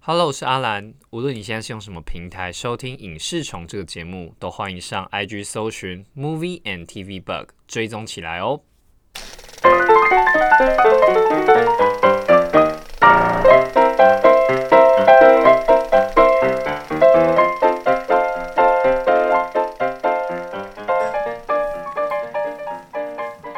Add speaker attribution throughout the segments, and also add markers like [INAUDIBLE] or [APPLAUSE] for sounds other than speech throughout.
Speaker 1: Hello，我是阿兰。无论你现在是用什么平台收听《影视虫》这个节目，都欢迎上 IG 搜寻 Movie and TV Bug 追踪起来哦。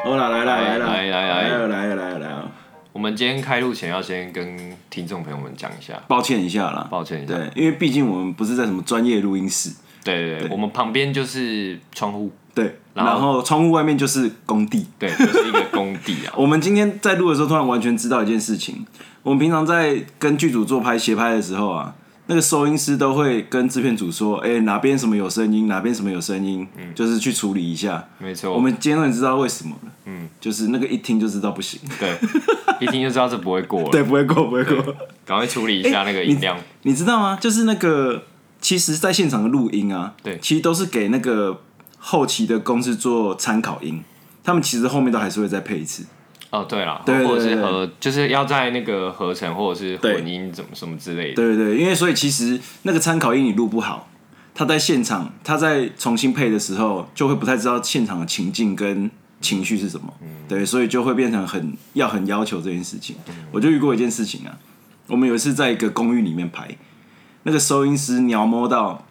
Speaker 2: 好啦，来啦，来啦，
Speaker 3: 来来来
Speaker 2: 来了，来了，来了，来了。
Speaker 3: 我们今天开录前要先跟听众朋友们讲一下，
Speaker 2: 抱歉一下啦，
Speaker 3: 抱歉一下
Speaker 2: 对，因为毕竟我们不是在什么专业录音室，
Speaker 3: 对对对，我们旁边就是窗户，
Speaker 2: 对，
Speaker 3: 然后
Speaker 2: 然后窗户外面就是工地。 [LAUGHS]。
Speaker 3: 对，就是一个工地啊
Speaker 2: 我们今天在录的时候，突然完全知道一件事情：我们平常在跟剧组做拍协拍的时候啊，那个收音师都会跟制片组说：“哎、哪边什么有声音，哪边什么有声音，就是去处理一下。”
Speaker 3: 没错，
Speaker 2: 我们今天终于知道为什么了，嗯，就是那个一听就知道不行，
Speaker 3: 对一听就知道这不会过了，
Speaker 2: [LAUGHS] 对，不会过，不会过。
Speaker 3: 赶快处理一下那个音量。
Speaker 2: 你知道吗？就是那个，其实在现场的录音啊，
Speaker 3: 对
Speaker 2: 其实都是给那个后期的公司做参考音，他们其实后面都还是会再配一次。
Speaker 3: 哦，对了，
Speaker 2: 对对
Speaker 3: 或者是
Speaker 2: 对
Speaker 3: 合，就是要在那个合成或者是
Speaker 2: 对
Speaker 3: 混音怎么什么之类的。
Speaker 2: 对对对，因为所以其实那个参考音你录不好，他在现场他在重新配的时候，就会不太知道现场的情境跟情绪是什么，
Speaker 3: 嗯
Speaker 2: 对，所以就会变成很要很要求这件事情。
Speaker 3: 嗯
Speaker 2: 我就遇过一件事情啊，我们有一次在一个公寓里面拍，那个收音师鸟摸到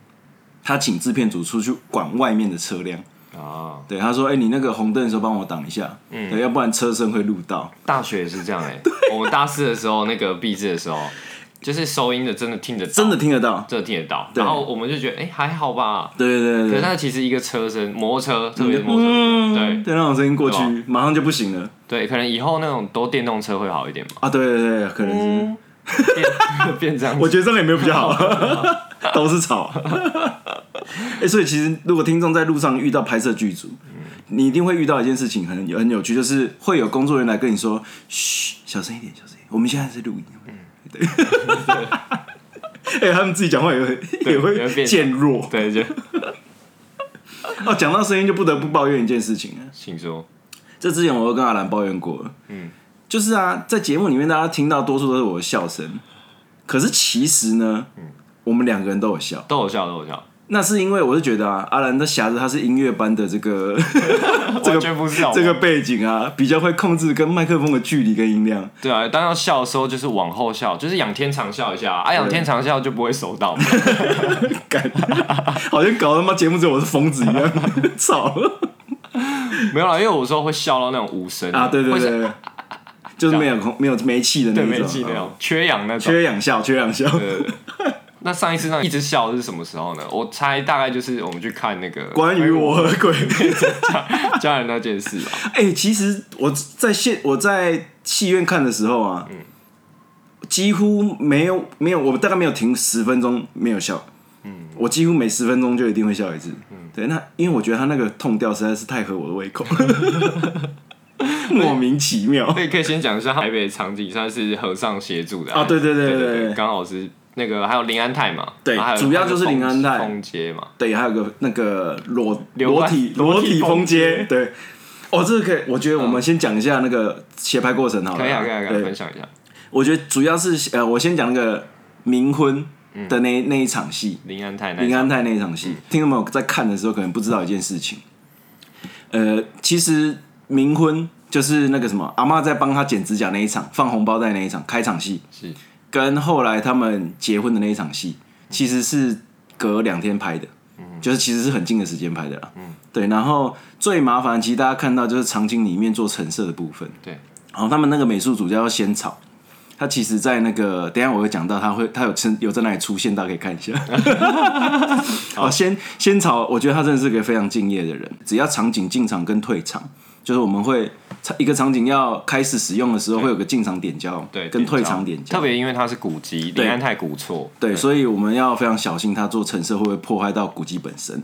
Speaker 2: 他请制片组出去管外面的车辆，
Speaker 3: 啊，
Speaker 2: 对他说：“哎、你那个红灯的时候帮我挡一下，
Speaker 3: 嗯
Speaker 2: 对，要不然车身会录到。
Speaker 3: 大学也是这样哎、我们大四的时候那个毕制的时候，就是收音的真的听得到，
Speaker 2: 真的听得到，
Speaker 3: 真的听得到，然后我们就觉得哎、还好吧。
Speaker 2: 对对对对
Speaker 3: 可
Speaker 2: 对
Speaker 3: 是，那其实一个车身，摩托车，特别是摩托车，对
Speaker 2: 嗯，对那种声音过去
Speaker 3: 对
Speaker 2: 马上就不行了。
Speaker 3: 对，可能以后那种都电动车会好一点嘛。
Speaker 2: 啊，对对对，可能是， [LAUGHS]
Speaker 3: 变变这样子，
Speaker 2: 我觉得这样也没有比较好， [LAUGHS] 都是草。哎、所以其实如果听众在路上遇到拍摄剧组，你一定会遇到一件事情很有很有趣，就是会有工作人员来跟你说：“嘘，小声一点，小声一点，我们现在在录音。” [LAUGHS] 对。哎、他们自己讲话也会
Speaker 3: 对
Speaker 2: 也
Speaker 3: 也会
Speaker 2: 会
Speaker 3: 变
Speaker 2: 渐
Speaker 3: [LAUGHS]
Speaker 2: 弱
Speaker 3: 对，就
Speaker 2: 哦。讲到声音，就不得不抱怨一件事情了。
Speaker 3: 请说，
Speaker 2: 这之前我有跟阿兰抱怨过，嗯，就是啊，在节目里面大家听到多数都是我的笑声，可是其实呢，
Speaker 3: 嗯
Speaker 2: 我们两个人都有笑，
Speaker 3: 逗我笑，逗我笑，
Speaker 2: 那是因为我是觉得啊，阿兰的匣子他是音乐班的这个这
Speaker 3: 完
Speaker 2: 个
Speaker 3: 全不是好吗
Speaker 2: [LAUGHS] 这个背景啊，比较会控制跟麦克风的距离跟音量，
Speaker 3: 对啊，当要笑的时候就是往后笑，就是仰天长笑一下啊，啊仰天长笑就不会收到
Speaker 2: [LAUGHS]
Speaker 3: 嘛。
Speaker 2: 感好像搞他妈节目只有我是疯子一
Speaker 3: [LAUGHS]
Speaker 2: 样， [LAUGHS] 操
Speaker 3: 没有啦，因为我说会笑到那种无声
Speaker 2: 啊！对对
Speaker 3: 会是
Speaker 2: 对，就是没有空没有没气的那
Speaker 3: 对
Speaker 2: 一种，
Speaker 3: 没气那种
Speaker 2: 啊，
Speaker 3: 缺氧那种。
Speaker 2: 缺氧笑，缺氧笑，
Speaker 3: 对对对。
Speaker 2: [LAUGHS]
Speaker 3: 那上一次让你一直笑的是什么时候呢？我猜大概就是我们去看那个
Speaker 2: 关于我和鬼妹。
Speaker 3: 家人那件事吧。
Speaker 2: [LAUGHS] 哎、其实我在现我在戏院看的时候
Speaker 3: 嗯
Speaker 2: 啊，几乎没有没有，我大概没有停十分钟没有笑。嗯，我几乎每十分钟就一定会笑一次。嗯，对，那因为我觉得他那个痛调实在是太合我的胃
Speaker 3: [LAUGHS]
Speaker 2: 口，莫名其妙
Speaker 3: 可。以可以先讲一下台北场景，算是和尚协助的
Speaker 2: 啊对对对
Speaker 3: 对
Speaker 2: 对对
Speaker 3: 刚好是那个还有林安泰嘛，
Speaker 2: 对
Speaker 3: 然后还有
Speaker 2: 主要就是林安泰
Speaker 3: 风街嘛，
Speaker 2: 对，还有个那个裸
Speaker 3: 流
Speaker 2: 裸体
Speaker 3: 裸
Speaker 2: 裸
Speaker 3: 体
Speaker 2: 体
Speaker 3: 风
Speaker 2: 风
Speaker 3: 街嗯
Speaker 2: 街，对。哦，这个可以，我觉得我们先讲一下那个协拍过程好了。
Speaker 3: 可以啊可以啊，可以
Speaker 2: 对
Speaker 3: 啊分享一下。
Speaker 2: 我觉得主要是呃，我先讲那个冥婚的那、那一场戏，
Speaker 3: 林安泰那一
Speaker 2: 林
Speaker 3: 场嗯
Speaker 2: 安泰那一场戏，听众朋友在看的时候可能不知道一件事情，呃，其实冥婚就是那个什么阿嬷在帮他剪指甲那一场，放红包袋那一场开场戏，
Speaker 3: 是
Speaker 2: 跟后来他们结婚的那一场戏，其实是隔两天拍的，
Speaker 3: 嗯
Speaker 2: 就是其实是很近的时间拍的啦。对，然后最麻烦，其实大家看到就是场景里面做橙色的部分，
Speaker 3: 对，
Speaker 2: 然后他们那个美术组就要先炒。他其实，在那个等一下我会讲到，他会他有趁有在那里出现，大家可以看
Speaker 3: [LAUGHS]
Speaker 2: 一下。哦，先先炒，我觉得他真的是个非常敬业的人。只要场景进场跟退场，就是我们会一个场景要开始使用的时候，会有个进场点交，
Speaker 3: 对
Speaker 2: 跟退场
Speaker 3: 点
Speaker 2: 点
Speaker 3: 交
Speaker 2: 交，
Speaker 3: 特别因为它是古籍，
Speaker 2: 对
Speaker 3: 林安泰古错，
Speaker 2: 对，所以我们要非常小心，它做陈设会不会破坏到古迹本身。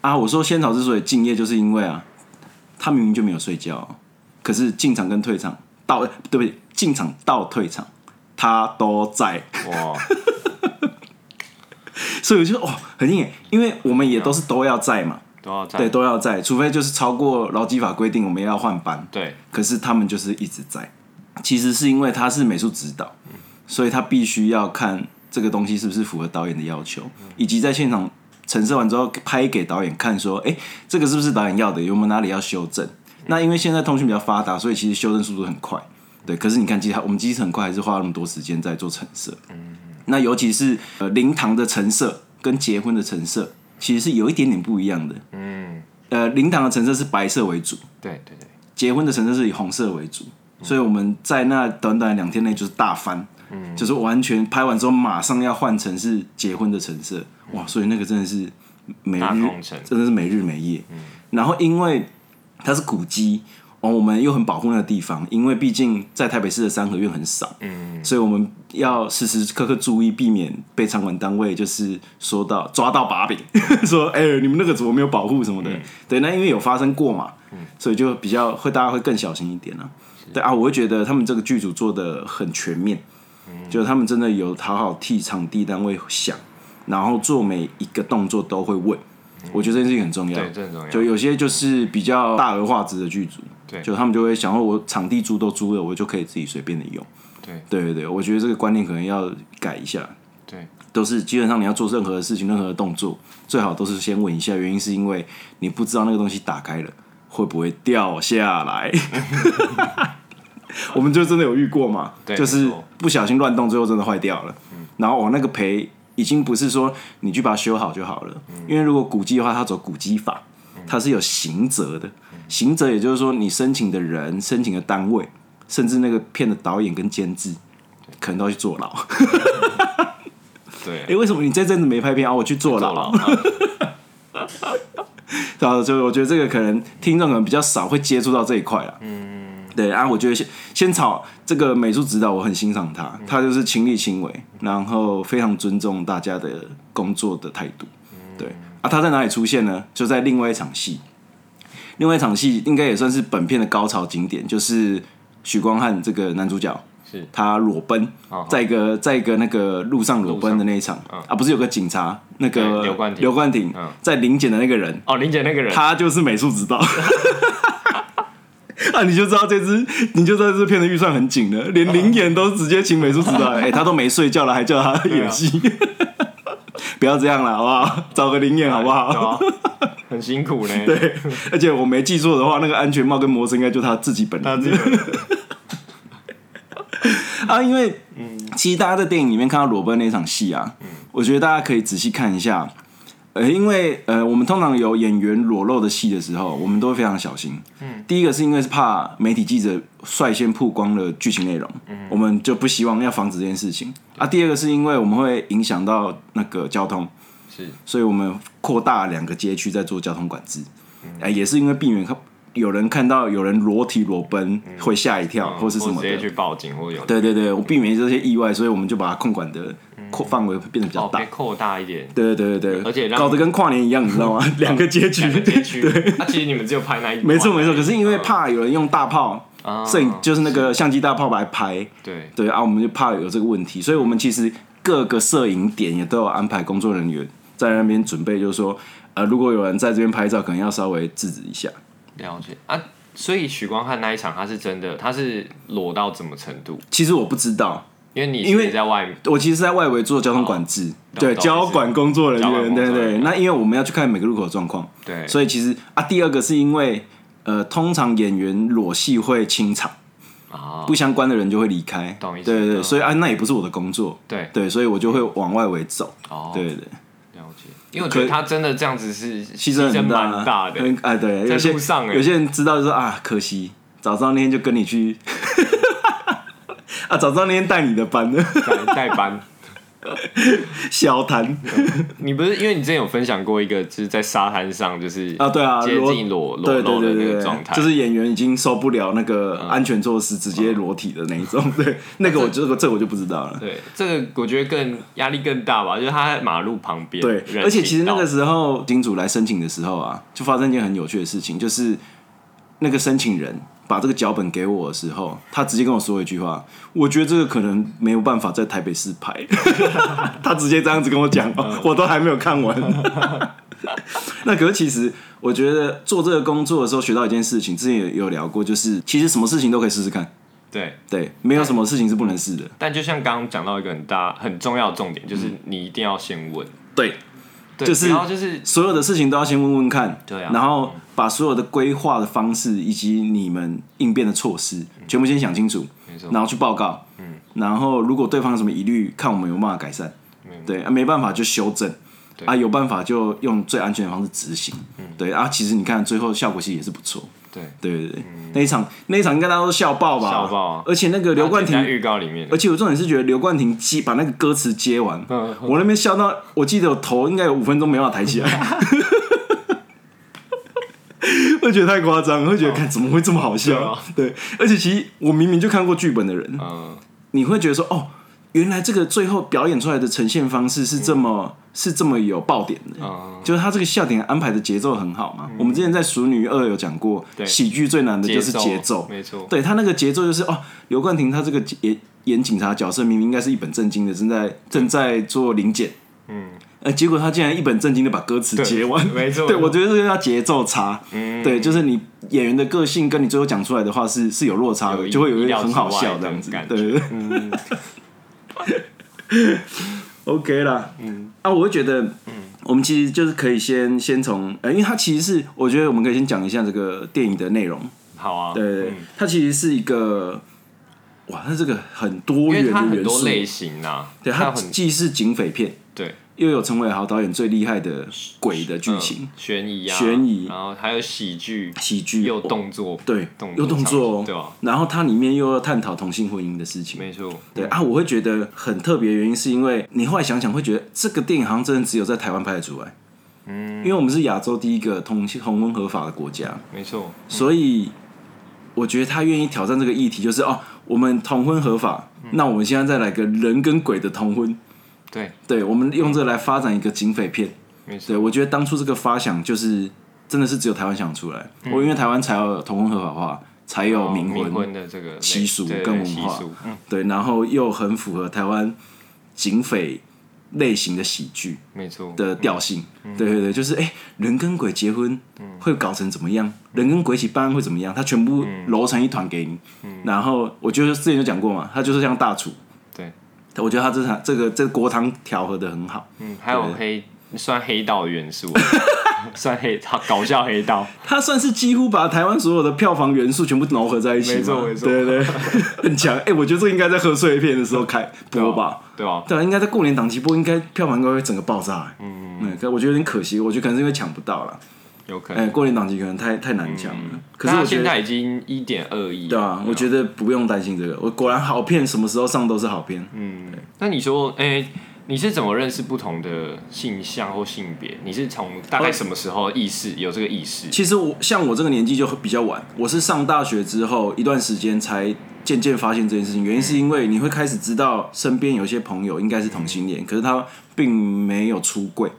Speaker 2: 啊，我说仙草之所以敬业，就是因为啊，他明明就没有睡觉、啊可是进场跟退场到，呃对不对？进场到退场，他都在， [LAUGHS]
Speaker 3: 哇， [LAUGHS]
Speaker 2: 所以我就哦，很硬耶，因为我们也都是都要在嘛，
Speaker 3: 都要在
Speaker 2: 对，都要在，除非就是超过劳基法规定，我们要换班，
Speaker 3: 对
Speaker 2: 可是他们就是一直在。其实是因为他是美术指导，所以他必须要看这个东西是不是符合导演的要求，以及在现场陈设完之后拍给导演看，说，哎、这个是不是导演要的，有没有哪里要修正？那因为现在通讯比较发达，所以其实修正速度很快，对。可是你看，其实我们其实很快还是花了那么多时间在做陈设，那尤其是呃灵堂的陈设跟结婚的陈设其实是有一点点不一样的，嗯，呃，灵堂的陈设是白色为主，
Speaker 3: 对对对，
Speaker 2: 结婚的神社是以红色为主，所以我们在那短短的两天内就是大翻，就是完全拍完之后马上要换成是结婚的神社，哇，所以那个真的是每
Speaker 3: 大
Speaker 2: 日
Speaker 3: 工程
Speaker 2: 真的是每日每夜。然后因为它是古迹，哦，我们又很保护那个地方，因为毕竟在台北市的三合院很少，嗯，所以我们要时时刻刻注意，避免被场馆单位就是说到抓到把柄，说哎、你们那个怎么没有保护什么的？
Speaker 3: 嗯
Speaker 2: 对，那因为有发生过嘛，所以就比较会大家会更小心一点啊。对啊，我会觉得他们这个剧组做的很全面，
Speaker 3: 嗯
Speaker 2: 就是他们真的有好好替场地单位想，然后做每一个动作都会问，我觉得这件事情很重要。
Speaker 3: 嗯对，这很重要。
Speaker 2: 啊就有些就是比较大而化之的剧组，
Speaker 3: 对
Speaker 2: 就他们就会想说，我场地租都租了，我就可以自己随便的用。
Speaker 3: 对
Speaker 2: 对对对，我觉得这个观念可能要改一下。
Speaker 3: 对，
Speaker 2: 都是基本上你要做任何的事情、任何的动作，最好都是先问一下，原因是因为你不知道那个东西打开了会不会掉下来。 [LAUGHS] 我们就真的有遇过嘛，
Speaker 3: 对
Speaker 2: 就是
Speaker 3: 没错嗯
Speaker 2: 不小心乱动，最后真的坏掉了。然后我哦那个赔已经不是说你去把它修好就好了，
Speaker 3: 嗯
Speaker 2: 因为如果古迹的话，它走古迹法，它是有刑责的。
Speaker 3: 嗯
Speaker 2: 刑责也就是说，你申请的人、申请的单位，甚至那个片的导演跟监制，可能都要去坐牢。 [LAUGHS]
Speaker 3: 对
Speaker 2: 哎、为什么你这阵子没拍片啊？我去坐
Speaker 3: 坐
Speaker 2: 牢。
Speaker 3: 牢，
Speaker 2: 然后啊就我觉得这个可能听众可能比较少会接触到这一块啦。嗯，对啊，我觉得先先草这个美术指导，我很欣赏他，
Speaker 3: 嗯
Speaker 2: 他就是亲力亲为，然后非常尊重大家的工作的态度。
Speaker 3: 嗯
Speaker 2: 对啊，他在哪里出现呢？就在另外一场戏，另外一场戏应该也算是本片的高潮景点，就是许光汉这个男主角。
Speaker 3: 是
Speaker 2: 他裸奔
Speaker 3: 哦，
Speaker 2: 在一个在一个那个路上裸奔的那一场啊，不是有个警察那个
Speaker 3: 对刘冠廷
Speaker 2: 刘冠廷
Speaker 3: 嗯
Speaker 2: 在临检的那个人，
Speaker 3: 哦，林姐那个人，
Speaker 2: 他就是美术指导。 [LAUGHS] 啊，你就知道这支，你就知道这支片的预算很紧的，连零演都直接请美术指导， [LAUGHS] 哎、他都没睡觉了，还叫他演戏，啊 [LAUGHS] 不要这样了，好不好？找个零演好不好？
Speaker 3: 对啊？很辛苦呢，
Speaker 2: 对，而且我没记错的话，那个安全帽跟摩托车应该就他自己本人
Speaker 3: 他自己
Speaker 2: [LAUGHS] 啊，因为
Speaker 3: 嗯
Speaker 2: 其实大家在电影里面看到裸奔那场戏啊，我觉得大家可以仔细看一下。呃，因为呃，我们通常有演员裸露的戏的时候，我们都会非常小心。嗯，第一个是因为是怕媒体记者率先曝光了剧情内容，
Speaker 3: 嗯
Speaker 2: 我们就不希望要防止这件事情。啊，第二个是因为我们会影响到那个交通，
Speaker 3: 是
Speaker 2: 所以我们扩大两个街区在做交通管制，
Speaker 3: 嗯
Speaker 2: 哎、也是因为避免看有人看到有人裸体裸奔会吓一跳、
Speaker 3: 嗯
Speaker 2: 或是什么
Speaker 3: 直
Speaker 2: 的
Speaker 3: 接，去报警或有
Speaker 2: 对对对，我避免这些意外，所以我们就把它控管的扩范围变得比较
Speaker 3: 哦，
Speaker 2: 大
Speaker 3: 被。扩大一点。
Speaker 2: 对对对对，
Speaker 3: 而且让
Speaker 2: 搞得跟跨年一样，你知
Speaker 3: [LAUGHS]
Speaker 2: 道吗？两个结局
Speaker 3: 两，个街区，那其实你们只有拍那一段，
Speaker 2: 没错没错。可是因为怕有人用大炮，
Speaker 3: 啊
Speaker 2: 摄影就是那个相机大炮来拍，
Speaker 3: 对
Speaker 2: 对啊，我们就怕有这个问题，所以我们其实各个摄影点也都有安排工作人员在那边准备，就是说，呃，如果有人在这边拍照，可能要稍微制止一下。
Speaker 3: 了解啊。所以许光汉那一场，他是真的，他是裸到怎么程度？
Speaker 2: 其实我不知道，
Speaker 3: 因为你
Speaker 2: 因为
Speaker 3: 是在外面，
Speaker 2: 我其实是在外围做交通管制，
Speaker 3: 哦
Speaker 2: 对
Speaker 3: 懂懂
Speaker 2: 交管工作人
Speaker 3: 交管
Speaker 2: 员，
Speaker 3: 工作
Speaker 2: 对
Speaker 3: 人
Speaker 2: 对。
Speaker 3: 员
Speaker 2: 那因为我们要去看每个路口的状况，
Speaker 3: 对，
Speaker 2: 所以其实啊，第二个是因为呃，通常演员裸戏会清场，
Speaker 3: 啊，
Speaker 2: 不相关的人就会离开，
Speaker 3: 懂意思
Speaker 2: 对对对，
Speaker 3: 嗯
Speaker 2: 所以啊，那也不是我的工作，
Speaker 3: 对
Speaker 2: 对，所以我就会往外围走，
Speaker 3: 哦，
Speaker 2: 对对对，
Speaker 3: 了解。因为我觉得
Speaker 2: 可
Speaker 3: 他真的这样子是
Speaker 2: 牺
Speaker 3: 牺
Speaker 2: 牲很大啊
Speaker 3: 蛮大的，
Speaker 2: 很哎对，有些
Speaker 3: 路上欸
Speaker 2: 有些人知道就说啊，可惜早知道那天就跟你去， [LAUGHS] 啊，早知道那天带你的班了，
Speaker 3: 代代班。
Speaker 2: [LAUGHS] 小谈
Speaker 3: 你不是因为你之前有分享过一个，就是在沙滩上，就是
Speaker 2: 啊，对啊，
Speaker 3: 接
Speaker 2: 裸
Speaker 3: 近裸裸
Speaker 2: 对对
Speaker 3: 露的
Speaker 2: 对
Speaker 3: 那
Speaker 2: 对
Speaker 3: 个
Speaker 2: 对
Speaker 3: 状，态，嗯
Speaker 2: 就是演员已经受不了那个安全措施，直接裸体的那一种。对，那个我这个这我就不知道了。
Speaker 3: 对这个我觉得更压力更大吧，就是他在马路旁边，
Speaker 2: 对，
Speaker 3: 人
Speaker 2: 而且其实
Speaker 3: 行
Speaker 2: 那
Speaker 3: 道
Speaker 2: 个时候金主来申请的时候啊，就发生一件很有趣的事情，就是那个申请人把这个脚本给我的时候，他直接跟我说一句话：“我觉得这个可能没有办法在台北市拍。” [LAUGHS] 他直接这样子跟我讲哦，我都还没有看 [LAUGHS] 完。那可是其实我觉得做这个工作的时候学到一件事情，之前也有聊过，就是其实什么事情都可以试试看。
Speaker 3: 对，
Speaker 2: 对，没有什么事情是不能试的。
Speaker 3: 但就像刚刚讲到一个很大很重要的重点，就是你一定要先问，
Speaker 2: 对，嗯
Speaker 3: 对，
Speaker 2: 就是
Speaker 3: 然后就是
Speaker 2: 所有的事情都要先问问看，
Speaker 3: 对啊
Speaker 2: 然后把所有的规划的方式以及你们应变的措施全部先想清楚，
Speaker 3: 嗯没错
Speaker 2: 然后去报告，嗯，然后如果对方有什么疑虑，看我们有没有办法改善，对啊，没办法就修正。啊，有办法就用最安全的方式执行，对啊，其实你看最后效果其实也是不错，
Speaker 3: 嗯对，嗯
Speaker 2: 对对对，那一场那一场应该大家都笑爆吧，
Speaker 3: 笑爆啊
Speaker 2: 而且那个刘冠廷
Speaker 3: 在预告里面
Speaker 2: 而，且我重点是觉得刘冠廷接把那个歌词接完，
Speaker 3: 嗯
Speaker 2: 我那边笑到，我记得我头应该有五分钟没办法抬起来， [LAUGHS] 会觉得太夸张，会觉得看怎么会这么好
Speaker 3: 哦对
Speaker 2: 笑
Speaker 3: 啊？
Speaker 2: 对，而且其实我明明就看过剧本的人，
Speaker 3: 嗯，
Speaker 2: 你会觉得说哦，原来这个最后表演出来的呈现方式是这么是这么有爆点的
Speaker 3: 嗯，
Speaker 2: 就是他这个笑点安排的节奏很好嘛。我们之前在《熟女二》有讲过，喜剧最难的就是节奏，
Speaker 3: 没错，
Speaker 2: 对他那个节奏就是哦，刘冠廷他这个演演警察角色明明应该是一本正经的，正在正在做临检，嗯，呃，结果他竟然一本正经的把歌词接完，
Speaker 3: 没错
Speaker 2: 对
Speaker 3: 没错
Speaker 2: 我觉得这个叫节奏差，嗯，对，就是你演员的个性跟你最后讲出来的话是是有落差
Speaker 3: 有
Speaker 2: 的，
Speaker 3: 意
Speaker 2: 就会有一
Speaker 3: 意
Speaker 2: 个
Speaker 3: 料
Speaker 2: 很好
Speaker 3: 之外
Speaker 2: 笑
Speaker 3: 的
Speaker 2: 这样子
Speaker 3: 感，觉嗯
Speaker 2: 对对对 [LAUGHS] ，OK 啦，嗯，啊，我会觉得，我们其实就是可以先先从，呃，因为它其实是我觉得我们可以先讲一下这个电影的内容，
Speaker 3: 好啊，
Speaker 2: 对对，对
Speaker 3: 嗯，
Speaker 2: 它其实是一个，哇，它这个很多
Speaker 3: 因为
Speaker 2: 元
Speaker 3: 它
Speaker 2: 的
Speaker 3: 很
Speaker 2: 元
Speaker 3: 多
Speaker 2: 素，
Speaker 3: 类型啊，
Speaker 2: 对，它
Speaker 3: 它很
Speaker 2: 既是警匪片，
Speaker 3: 对
Speaker 2: 又有陈伟豪导演最厉害的鬼的剧情
Speaker 3: 嗯、悬疑啊，
Speaker 2: 悬疑
Speaker 3: 然后还有喜剧，
Speaker 2: 喜剧，
Speaker 3: 又动作，
Speaker 2: 对
Speaker 3: 动，
Speaker 2: 又动作
Speaker 3: 场景对
Speaker 2: 哦
Speaker 3: 吧？，
Speaker 2: 然后它里面又要探讨同性婚姻的事情。
Speaker 3: 没错，
Speaker 2: 对啊，我会觉得很特别，原因是因为你后来想想会觉得这个电影好像真的只有在台湾拍得出来，嗯，因为我们是亚洲第一个同性同婚合法的国家，
Speaker 3: 没错，
Speaker 2: 所以我觉得他愿意挑战这个议题，就是哦，我们同婚合法，
Speaker 3: 嗯
Speaker 2: 那我们现在再来个人跟鬼的同婚，
Speaker 3: 对，
Speaker 2: 对，我们用这个来发展一个警匪片。
Speaker 3: 没错
Speaker 2: 对，我觉得当初这个发想就是真的是只有台湾想出来，我因为台湾才有同婚合法化，才有冥
Speaker 3: 嗯哦冥
Speaker 2: 婚，
Speaker 3: 婚的这个类
Speaker 2: 习俗
Speaker 3: 对对
Speaker 2: 跟文
Speaker 3: 习
Speaker 2: 化
Speaker 3: 俗嗯，
Speaker 2: 对，然后又很符合台湾警匪类型的喜剧
Speaker 3: 没错，
Speaker 2: 的调性。
Speaker 3: 嗯
Speaker 2: 对对对，就是哎、人跟鬼结婚会搞成怎么样？人跟鬼一起办案会怎么样？他全部
Speaker 3: 嗯
Speaker 2: 揉成一团给你。然后我觉得之前就讲过嘛，他就是像大厨，
Speaker 3: 对，
Speaker 2: 我觉得他这场这个这个锅汤调和的很好。
Speaker 3: 嗯，还有黑算黑道
Speaker 2: [LAUGHS]
Speaker 3: 元素， [LAUGHS] 算黑搞笑黑道，
Speaker 2: 他算是几乎把台湾所有的票房元素全部糅合在一起嘛，
Speaker 3: 没错没错
Speaker 2: 对
Speaker 3: [LAUGHS]
Speaker 2: 对对，很强。哎、我觉得这应该在贺岁片的时候开播吧，
Speaker 3: 对吧？
Speaker 2: 对啊，应该在过年档期播，应该票房应该会整个爆炸、欸。嗯嗯，可我觉得有点可惜，我觉得可能是因为抢不到了。
Speaker 3: 有可
Speaker 2: 哎、
Speaker 3: 能。
Speaker 2: 过年档期可能太太难抢了。可是
Speaker 3: 那
Speaker 2: 我
Speaker 3: 它
Speaker 2: 觉
Speaker 3: 现
Speaker 2: 得，
Speaker 3: 在已经一点二亿，
Speaker 2: 对啊，我觉得不用担心这个。我果然好片什么时候上都是好片。
Speaker 3: 那你说，哎、你是怎么认识不同的性向或性别？你是从大概什么时候意识有这个意识？
Speaker 2: 其实我像我这个年纪就比较晚，我是上大学之后一段时间才渐渐发现这件事情。原因是因为你会开始知道身边有些朋友应该是同性恋，可是他并没有出柜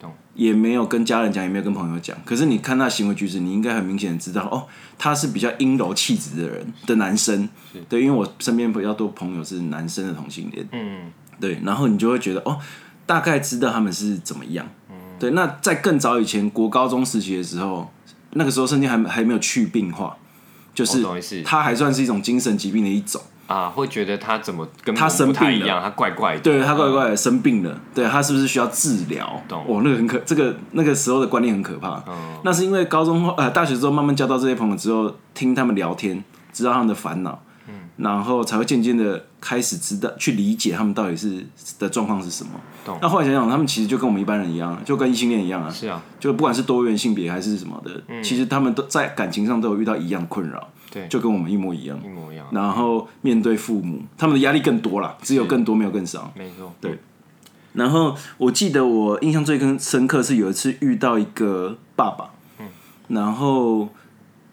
Speaker 3: 懂，
Speaker 2: 也没有跟家人讲，也没有跟朋友讲。可是你看他的行为举止，你应该很明显的知道，哦，他是比较阴柔气质的人的男生。对，因为我身边比较多朋友是男生的同性恋，
Speaker 3: 嗯，
Speaker 2: 对，然后你就会觉得哦，大概知道他们是怎么样。对，那在更早以前，国高中时期的时候，那个时候甚至还还没有去病化，就
Speaker 3: 我
Speaker 2: 是
Speaker 3: 哦懂意思
Speaker 2: 它还算是一种精神疾病的一种。
Speaker 3: 啊，会觉得他怎么跟
Speaker 2: 他
Speaker 3: 我
Speaker 2: 生
Speaker 3: 不太
Speaker 2: 病
Speaker 3: 一
Speaker 2: 了
Speaker 3: 样，他怪怪的。
Speaker 2: 对他怪怪的生病了，对他是不是需要治疗？
Speaker 3: 懂嗯
Speaker 2: 哦，那个很可，这个那个时候的观念很可怕。那是因为高中后呃大学之后慢慢交到这些朋友之后，听他们聊天，知道他们的烦恼，
Speaker 3: 嗯
Speaker 2: 然后才会渐渐的开始知道去理解他们到底是的状况是什么
Speaker 3: 懂。
Speaker 2: 那后来想想，他们其实就跟我们一般人一样，就跟异性恋一样啊，
Speaker 3: 是啊，
Speaker 2: 就不管是多元性别还是什么的，其实他们都在感情上都有遇到一样困扰，
Speaker 3: 嗯对
Speaker 2: 就跟我们一模一样。
Speaker 3: 一模一样，
Speaker 2: 然后面对父母，他们的压力更多啦，只有更多没有更少。
Speaker 3: 没错，
Speaker 2: 对然后我记得我印象最深深刻是有一次遇到一个爸爸，嗯，然后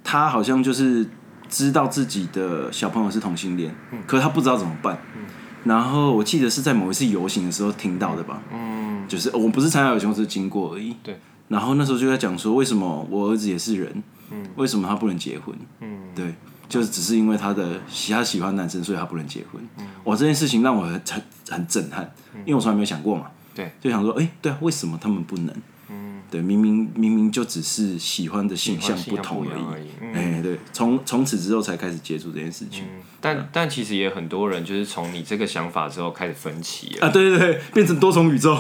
Speaker 2: 他好像就是知道自己的小朋友是同性恋，嗯，可是他不知道怎么办，嗯，然后我记得是在某一次游行的时候听到的吧，嗯，就是我不是参加游行，我只是经过而已，
Speaker 3: 对，
Speaker 2: 然后那时候就在讲说为什么我儿子也是人，嗯，为什么他不能结婚，嗯，对。就是只是因为他的喜他喜欢男生，所以他不能结婚。
Speaker 3: 嗯
Speaker 2: 哇，这件事情让我很很很震撼，因为我从来没有想过嘛。
Speaker 3: 对，
Speaker 2: 就想说，哎、对啊，为什么他们不能？嗯，对，明明明明就只是喜欢的性向
Speaker 3: 喜欢性向
Speaker 2: 同
Speaker 3: 不一样
Speaker 2: 而
Speaker 3: 而已嗯
Speaker 2: 哎、对，从从此之后才开始接触这件事情、
Speaker 3: 但但其实也很多人就是从你这个想法之后开始分歧
Speaker 2: [LAUGHS]
Speaker 3: 了。
Speaker 2: 啊，对对对，变成多重宇宙，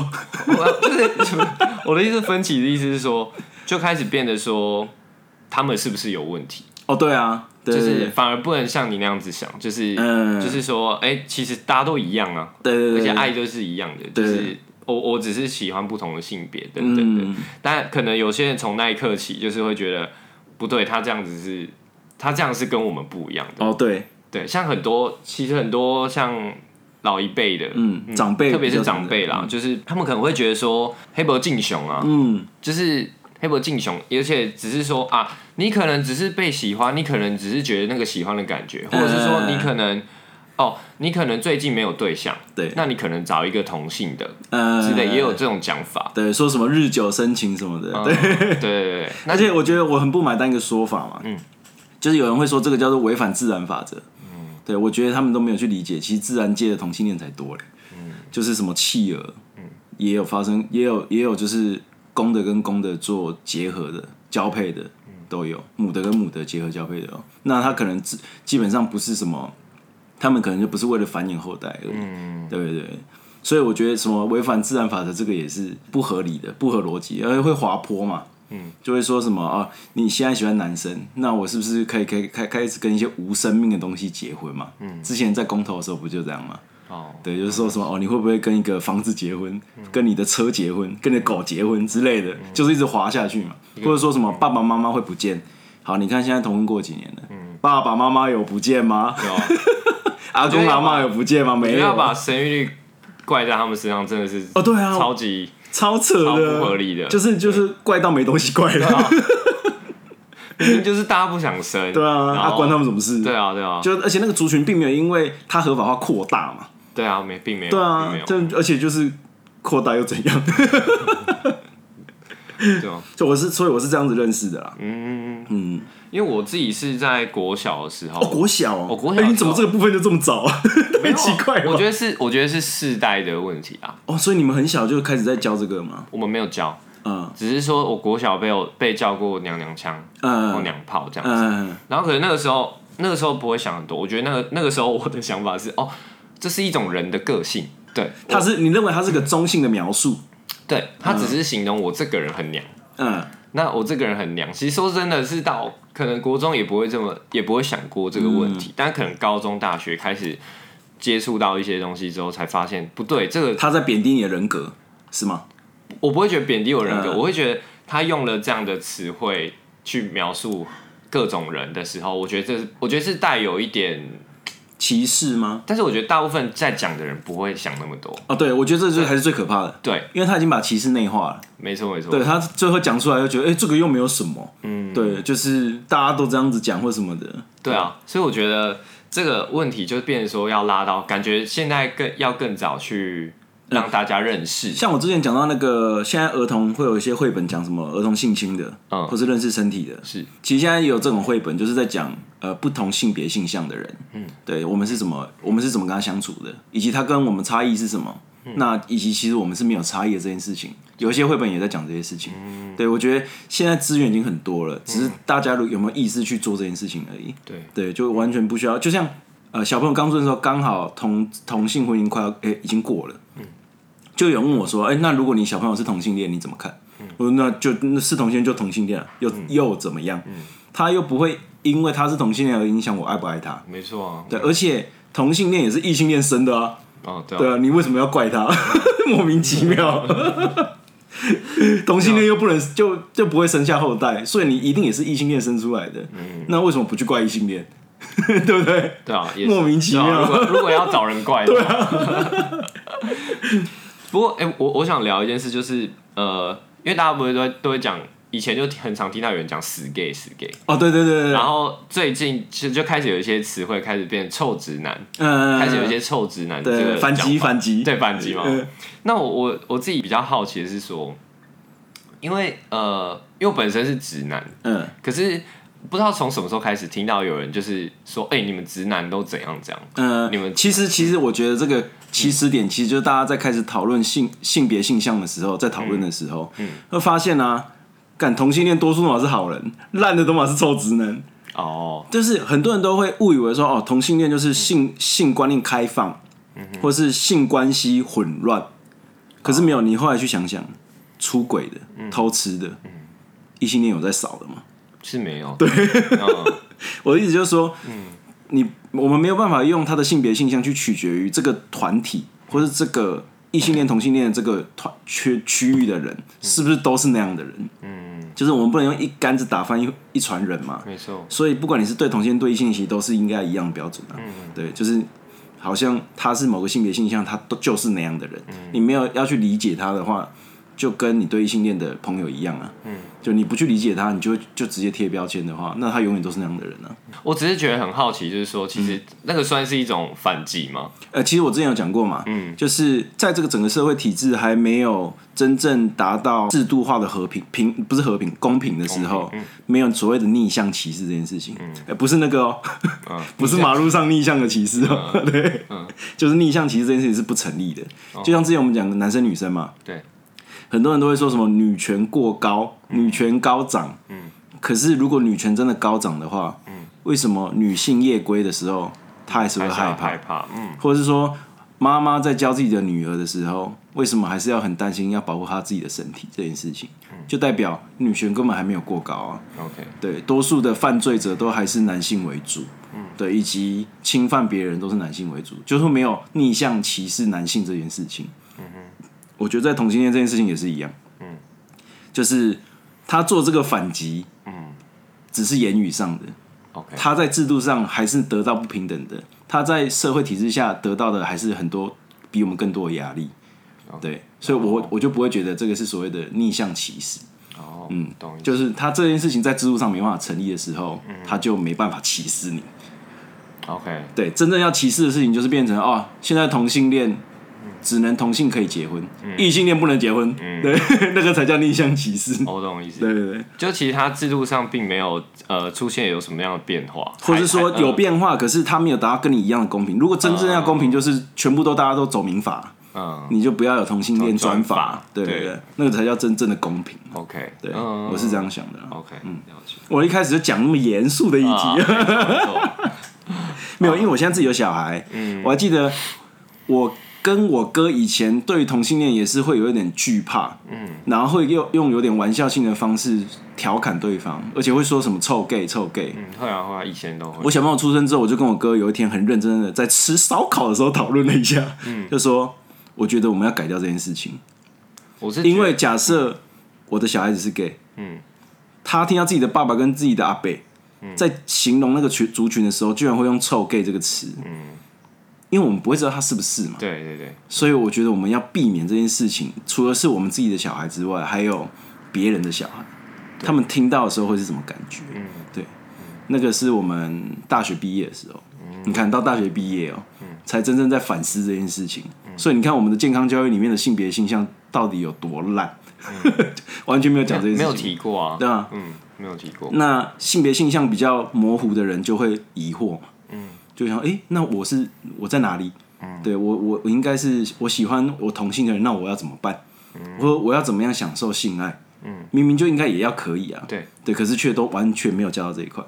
Speaker 3: 我就是我的意思，分歧的意思是说，就开始变得说他们是不是有问题，
Speaker 2: 哦，对啊，对
Speaker 3: 就
Speaker 2: 对
Speaker 3: 是
Speaker 2: 对
Speaker 3: 反而不能像你那样子想，就是
Speaker 2: 嗯
Speaker 3: 就是说，哎，其实大家都一样啊，
Speaker 2: 对对
Speaker 3: 而
Speaker 2: 对
Speaker 3: 且
Speaker 2: 对，
Speaker 3: 爱都是一样的，就是我我只是喜欢不同的性别等等的。
Speaker 2: 嗯，
Speaker 3: 但可能有些人从那一刻起，就是会觉得不对，他这样子是，他这样是跟我们不一样的。
Speaker 2: 哦对，
Speaker 3: 对，像很多其实很多像老一辈的，
Speaker 2: 嗯，长辈，
Speaker 3: 特别是长辈啦，，就是他们可能会觉得说黑白敬雄啊，
Speaker 2: 嗯，
Speaker 3: 就是黑白敬雄，而且只是说啊，你可能只是被喜欢，你可能只是觉得那个喜欢的感觉，或者是说
Speaker 2: 嗯
Speaker 3: 你可能。哦，你可能最近没有对象，
Speaker 2: 对
Speaker 3: 那你可能找一个同性的
Speaker 2: 呃，
Speaker 3: 之类，也有这哦种讲法。
Speaker 2: 对，说什么日久生情什么的，对，
Speaker 3: 对对对对，
Speaker 2: [LAUGHS]
Speaker 3: 那
Speaker 2: 而且我觉得我很不买单一个说法嘛，
Speaker 3: 嗯
Speaker 2: 就是有人会说这个叫做违反自然法则，嗯，对我觉得他们都没有去理解，其实自然界的同性恋才多嘞，嗯，就是什么企鹅，嗯，也有发生，也有也有就是公的跟公的做结合的交配的都有，母的跟母的结合交配的、哦，那它可能基基本上不是什么，他们可能就不是为了繁衍后代而已，嗯，对对对。所以我觉得什么违反自然法则这个也是不合理的、不合逻辑，而且会滑坡嘛。就会说什么啊，你现在喜欢男生，那我是不是可以可以开开始跟一些无生命的东西结婚嘛？嗯，之前在公投的时候不就这样吗？
Speaker 3: 哦，
Speaker 2: 对，就是说什么哦，你会不会跟一个房子结婚，
Speaker 3: 嗯
Speaker 2: 跟你的车结婚，跟你的狗结婚之类的，就是一直滑下去嘛。或者说什么
Speaker 3: 嗯
Speaker 2: 爸爸妈妈会不见？好，你看现在同婚过几年了，
Speaker 3: 嗯
Speaker 2: 爸爸妈妈有不见
Speaker 3: [LAUGHS]
Speaker 2: 吗？
Speaker 3: 有
Speaker 2: [LAUGHS] 阿公阿妈有不见吗？
Speaker 3: 不
Speaker 2: 没有
Speaker 3: 要把
Speaker 2: 啊，
Speaker 3: 生育率怪在他们身上，真的是
Speaker 2: 哦对啊
Speaker 3: 超级
Speaker 2: 超扯
Speaker 3: 超
Speaker 2: 的，
Speaker 3: 不合理的啊
Speaker 2: 就是就是怪到没东西怪了，
Speaker 3: 明明就是大家不想生，
Speaker 2: [LAUGHS] 对啊，
Speaker 3: 然
Speaker 2: 啊
Speaker 3: 后
Speaker 2: 关他们什么事？
Speaker 3: 对啊对啊
Speaker 2: 就而且那个族群并没有因为它合法化扩大嘛，
Speaker 3: 对啊，没并没有，
Speaker 2: 对
Speaker 3: 并
Speaker 2: 啊
Speaker 3: 没，有，
Speaker 2: 这而且就是扩大又怎样？ [LAUGHS]
Speaker 3: 对啊，
Speaker 2: 就我是所以我是这样子认识的啦。
Speaker 3: 嗯，
Speaker 2: 嗯，
Speaker 3: 因为我自己是在国小的时候，
Speaker 2: 哦，国小哦，
Speaker 3: 哦国小
Speaker 2: 哎你怎么
Speaker 3: 的时
Speaker 2: 这
Speaker 3: 候
Speaker 2: 个部分就这么早啊？ [LAUGHS] 太
Speaker 3: 没有
Speaker 2: 奇怪了。
Speaker 3: 我觉得是我觉得是世代的问题啊，
Speaker 2: 哦，所以你们很小就开始在教这个嘛？
Speaker 3: 我们没有教，
Speaker 2: 嗯
Speaker 3: 只是说我国小被我被叫过娘娘腔或
Speaker 2: 嗯
Speaker 3: 娘炮这样子，
Speaker 2: 嗯，
Speaker 3: 然后可能那个时候那个时候不会想很多，我觉得那个那个时候我的想法是哦，这是一种人的个性，对，
Speaker 2: 它是你认为它是个中性的描述？
Speaker 3: 对他只是形容我这个人很娘。
Speaker 2: 嗯，
Speaker 3: 那我这个人很娘，其实说真的是到可能国中也不会这么，也不会想过这个问题，但可能高中、大学开始接触到一些东西之后，才发现不对，这个
Speaker 2: 它在贬低你的人格是吗？
Speaker 3: 我不会觉得贬低我人格，
Speaker 2: 嗯
Speaker 3: 我会觉得他用了这样的词汇去描述各种人的时候，我觉得这是我觉得是带有一点，
Speaker 2: 歧视吗？
Speaker 3: 但是我觉得大部分在讲的人不会想那么多，
Speaker 2: 哦，对，我觉得这就是还是最可怕的，
Speaker 3: 对，
Speaker 2: 因为他已经把歧视内化了。
Speaker 3: 没错没错，
Speaker 2: 对他最后讲出来，就觉得哎、这个又没有什么，嗯，对，就是大家都这样子讲或什么的，
Speaker 3: 对啊，所以我觉得这个问题就变成说要拉到，感觉现在更要更早去让大家认识。
Speaker 2: 像我之前讲到那个，现在儿童会有一些绘本讲什么儿童性侵的，
Speaker 3: 嗯
Speaker 2: 或是认识身体的。
Speaker 3: 是
Speaker 2: 其实现在也有这种绘本，就是在讲呃不同性别性向的人，嗯，对我们是怎么，我们是怎么跟他相处的，以及他跟我们差异是什么。
Speaker 3: 嗯
Speaker 2: 那以及其实我们是没有差异的这件事情，有一些绘本也在讲这些事情。
Speaker 3: 嗯
Speaker 2: 对我觉得现在资源已经很多了，只是大家如有没有意识去做这件事情而已。
Speaker 3: 对
Speaker 2: 对，就完全不需要。就像呃，小朋友刚出生的时候，刚好同同性婚姻快要诶、已经过了，嗯，就有人问我说，哎、那如果你小朋友是同性恋，你怎么看？
Speaker 3: 嗯
Speaker 2: 我说那就那是同性恋就同性恋啊，又、又怎么
Speaker 3: 嗯
Speaker 2: 样？他又不会因为他是同性恋而影响我爱不爱他。
Speaker 3: 没错啊，
Speaker 2: 对，而且同性恋也是异性恋生的啊，
Speaker 3: 哦，对啊，
Speaker 2: 对啊，你为什么要怪他？ [LAUGHS] 莫名其妙。
Speaker 3: 嗯
Speaker 2: 同性恋又不能就就不会生下后代，所以你一定也是异性恋生出来的。
Speaker 3: 嗯
Speaker 2: 那为什么不去怪异性恋？ [LAUGHS] 对不对？
Speaker 3: 对啊，也是
Speaker 2: 莫名其妙
Speaker 3: 对啊如果如果要找人怪，
Speaker 2: [LAUGHS]
Speaker 3: 对啊。 [LAUGHS] 不过，哎、我我想聊一件事，就是呃，因为大家不是都会都会讲，以前就很常听到有人讲死 gay 死 gay，
Speaker 2: 哦，对对对对
Speaker 3: 然
Speaker 2: 对，
Speaker 3: 后最近其实就开始有一些词汇开始变臭直男，
Speaker 2: 嗯，
Speaker 3: 开始有一些臭直男这个
Speaker 2: 对反击
Speaker 3: 讲法
Speaker 2: 反击，
Speaker 3: 对反击嘛。
Speaker 2: 嗯
Speaker 3: 那我我我自己比较好奇的是说，因为呃，因为我本身是直男，
Speaker 2: 嗯
Speaker 3: 可是不知道从什么时候开始听到有人就是说，哎、你们直男都怎样怎样，
Speaker 2: 呃，
Speaker 3: 你们嗯
Speaker 2: 其实其实我觉得这个起始点，其实就是大家在开始讨论性性别性向的时候，在讨论的时候，
Speaker 3: 嗯
Speaker 2: 会发现啊，干同性恋多数嘛是好人，烂的都嘛是臭直男，
Speaker 3: 哦，
Speaker 2: 就是很多人都会误以为说，哦，同性恋就是性性观念开放，
Speaker 3: 嗯
Speaker 2: 或是性关系混乱，可是没
Speaker 3: 哦
Speaker 2: 有，你后来去想想，出轨的、
Speaker 3: 嗯
Speaker 2: 偷吃的，异性恋有在少的吗？
Speaker 3: 是没有，对，嗯，
Speaker 2: 我的意思就是说，你我们没有办法用他的性别倾向去取决于这个团体或是这个异性恋、同性恋这个团区区域的人是不是都是那样的人。嗯，就是我们不能用一竿子打翻一一船人嘛。
Speaker 3: 没错，
Speaker 2: 所以不管你是对同性恋对异性恋，其实都是应该一样的标准啊。对，就是好像他是某个性别倾向，他都就是那样的人。你没有要去理解他的话，就跟你对异性恋的朋友一样啊。嗯，就你不去理解他，你就会就直接贴标签的话，那他永远都是那样的人啊。
Speaker 3: 我只是觉得很好奇，就是说，其
Speaker 2: 嗯
Speaker 3: 实那个算是一种反击吗？
Speaker 2: 呃，其实我之前有讲过嘛，嗯，就是在这个整个社会体制还没有真正达到制度化的和平平不是和平公平的时候，没有所谓的逆向歧视这件事情，嗯，不是那个哦， [LAUGHS] 不是马路上逆向的歧视哦，对，就是逆向歧视这件事情是不成立的。就像之前我们讲的男生女生嘛，
Speaker 3: 对，
Speaker 2: 很多人都会说什么女权过高，女权高涨，嗯，可是如果女权真的高涨的话，嗯，为什么女性夜归的时候，她还是会
Speaker 3: 还是
Speaker 2: 害
Speaker 3: 要
Speaker 2: 怕
Speaker 3: 害？怕，嗯，
Speaker 2: 或者是说妈妈在教自己的女儿的时候，为什么还是要很担心要保护她自己的身体这件事情？就代表女权根本还没有过高啊。
Speaker 3: OK，
Speaker 2: 对，多数的犯罪者都还是男性为主，对，以及侵犯别人都是男性为主，就是没有逆向歧视男性这件事情。我觉得在同性恋这件事情也是一样，就是他做这个反击，只是言语上的
Speaker 3: OK
Speaker 2: 他在制度上还是得到不平等的，他在社会体制下得到的还是很多比我们更多的压力，
Speaker 3: 哦
Speaker 2: 对，所以我我就不会觉得这个是所谓的逆向歧视。
Speaker 3: 哦，嗯，懂意思，
Speaker 2: 就是他这件事情在制度上没办法成立的时候，他就没办法歧视你。
Speaker 3: OK，
Speaker 2: 对，真正要歧视的事情就是变成哦，现在同性恋只能同性可以结婚，
Speaker 3: 嗯
Speaker 2: 异性恋不能结婚，对， [LAUGHS] 那个才叫逆向歧视。
Speaker 3: 我哦懂意思，
Speaker 2: 对对对，
Speaker 3: 就其实它制度上并没有呃出现有什么样的变化，
Speaker 2: 或者是说
Speaker 3: 还嗯哦
Speaker 2: 有，变化，可是他没有达到跟你一样的公平。如果真正要公平，就是全部都大家都走民法，
Speaker 3: 还嗯
Speaker 2: 你就不要有同性恋
Speaker 3: 专
Speaker 2: 专
Speaker 3: 法
Speaker 2: 法，对对
Speaker 3: 对
Speaker 2: 对，那个才叫真正的公平。
Speaker 3: ，OK，
Speaker 2: 对，
Speaker 3: 嗯
Speaker 2: 我是这样想的啊。
Speaker 3: ，OK，嗯，了解，
Speaker 2: 我一开始就讲那么严肃的一
Speaker 3: 啊
Speaker 2: 题，
Speaker 3: 没错没错
Speaker 2: [LAUGHS]
Speaker 3: 啊嗯
Speaker 2: 没有，因为我现在自己有小孩，我还记得我跟我哥以前对于同性恋也是会有一点惧怕，嗯，然后会用用有点玩笑性的方式调侃对方，而且会说什么臭 gay 臭 ggay。
Speaker 3: 嗯，会啊会啊，以前都会
Speaker 2: 我，小朋友出生之后，我就跟我哥有一天很认真的在吃烧烤的时候讨论了一下，就说我觉得我们要改掉这件事情，
Speaker 3: 我是觉得
Speaker 2: 因为假设我的小孩子是 gay，
Speaker 3: 嗯，
Speaker 2: 他听到自己的爸爸跟自己的阿伯在形容那个群族群的时候，居然会用“臭 gay” 这个词，嗯，因为我们不会知道他是不是嘛，
Speaker 3: 对对对，
Speaker 2: 所以我觉得我们要避免这件事情，除了是我们自己的小孩之外，还有别人的小孩，他们听到的时候会是什么感觉？嗯，对，那个是我们大学毕业的时候，
Speaker 3: 嗯
Speaker 2: 你看到大学毕业哦、才真正在反思这件事情。
Speaker 3: 嗯
Speaker 2: 所以你看，我们的健康教育里面的性别倾向到底有多烂， [LAUGHS] 完全没有讲这件事
Speaker 3: 嗯没
Speaker 2: 情，
Speaker 3: 有提过啊，
Speaker 2: 对啊，
Speaker 3: 嗯，没有提过，
Speaker 2: 那性别性向比较模糊的人就会疑惑嘛，嗯，就想，诶，那我是我在哪里？嗯，对我我我应该是我喜欢我同性的人，那我要怎么办？我我要怎么样享受性爱？嗯，明明就应该也要可以啊，
Speaker 3: 对
Speaker 2: 对，嗯可是却都完全没有教到这一块，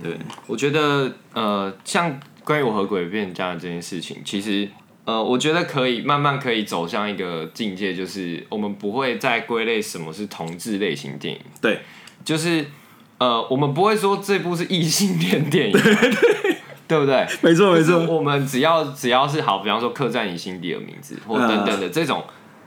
Speaker 2: 对，
Speaker 3: 我觉得呃，像关于我和鬼变家人这件事情，其实呃，我觉得可以慢慢可以走向一个境界，就是我们不会再归类什么是同志类型电影，
Speaker 2: 对，
Speaker 3: 就是呃，我们不会说这部是异性恋电影，对不对？
Speaker 2: 没错没
Speaker 3: 就是，我们只要只要是好，比方说刻在你心底的名字或等等的这种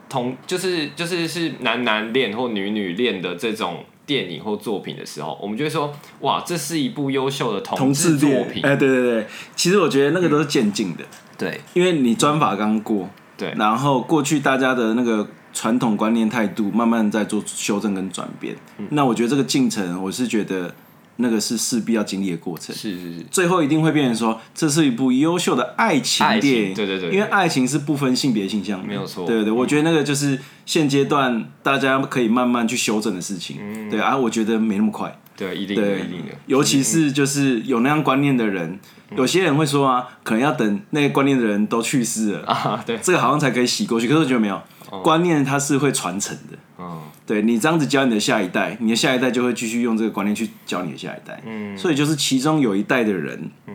Speaker 3: 同，就是就是是男男恋或女女恋的这种电影或作品的时候，我们就会说哇，这是一部优秀的
Speaker 2: 同
Speaker 3: 志
Speaker 2: 志
Speaker 3: 作
Speaker 2: 恋，
Speaker 3: 品。
Speaker 2: 哎、对对对，其实我觉得那个都是渐进的，
Speaker 3: 对
Speaker 2: 因为你专法刚过，
Speaker 3: 对
Speaker 2: 然后过去大家的那个传统观念态度，慢慢在做修正跟转变。
Speaker 3: 嗯
Speaker 2: 那我觉得这个进程，我是觉得那个是势必要经历的过程。
Speaker 3: 是是是，
Speaker 2: 最后一定会变成说，这是一部优秀的爱情
Speaker 3: 爱情
Speaker 2: 电影，
Speaker 3: 对对对
Speaker 2: 因为爱情是不分性别倾向的，
Speaker 3: 没有错嗯
Speaker 2: 对对对，我觉得那个
Speaker 3: 嗯
Speaker 2: 就是现阶段大家可以慢慢去修正的事情，对啊，我觉得没那么快，
Speaker 3: 对，嗯一定的，
Speaker 2: 对
Speaker 3: 一定的，，
Speaker 2: 尤其是就是有那样观念的人，有些人会说啊，可能要等那个观念的人都去世了，
Speaker 3: 啊，对，
Speaker 2: 这个好像才可以洗过去。可是我觉得没有，
Speaker 3: 哦
Speaker 2: 观念它是会传承的。
Speaker 3: 嗯，
Speaker 2: 对你这样子教你的下一代，你的下一代就会继续用这个观念去教你的下一代。嗯，所以就是其中有一代的人，嗯，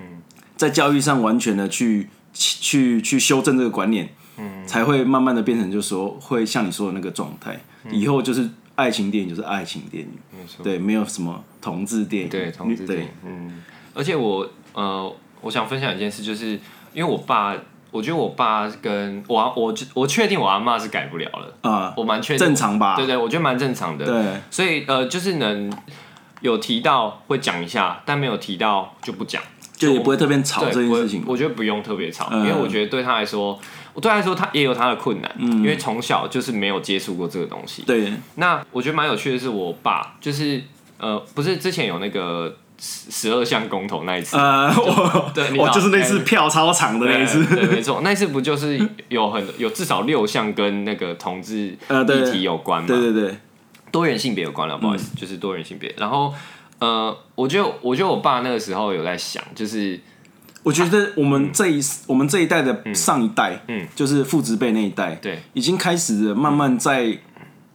Speaker 2: 在教育上完全的去去去修正这个观念，嗯，才会慢慢的变成就是说会像你说的那个状态，以后就是爱情电影就是爱情电影，
Speaker 3: 嗯没错，
Speaker 2: 对，没有什么同志电影，
Speaker 3: 对，同志
Speaker 2: 对
Speaker 3: 电影，嗯，而且我呃，我想分享一件事，就是因为我爸，我觉得我爸跟我阿我我确定我阿妈是改不了了，
Speaker 2: 啊、
Speaker 3: 我蛮确定，
Speaker 2: 正常吧？
Speaker 3: 对对，我觉得蛮正常的，
Speaker 2: 对
Speaker 3: 所以呃，就是能有提到会讲一下，但没有提到就不讲。
Speaker 2: 就也不会特别吵
Speaker 3: 对，
Speaker 2: 这件
Speaker 3: 我
Speaker 2: 事情，
Speaker 3: 我觉得不用特别吵，
Speaker 2: 嗯
Speaker 3: 因为我觉得对他来说，我对他来说他也有他的困难，
Speaker 2: 嗯
Speaker 3: 因为从小就是没有接触过这个东西。
Speaker 2: 对，
Speaker 3: 那我觉得蛮有趣的是，我爸就是呃，不是之前有那个十十二项公投那一次，
Speaker 2: 呃， [LAUGHS] 我
Speaker 3: 对你知道哎
Speaker 2: 我就是那次票超长的那一次，
Speaker 3: 对，对没错，那一次不就是有很有至少六项跟那个同志
Speaker 2: [LAUGHS] 呃对
Speaker 3: 议题有关嘛？
Speaker 2: 对对对，
Speaker 3: 多元性别有关了，不好意思，就是多元性别。然后呃，我觉得我觉得我爸那个时候有在想，就是
Speaker 2: 我觉得我们这一、我们这一代的上一代，
Speaker 3: 嗯
Speaker 2: 就是父执辈那一代，
Speaker 3: 对
Speaker 2: 已经开始了慢慢在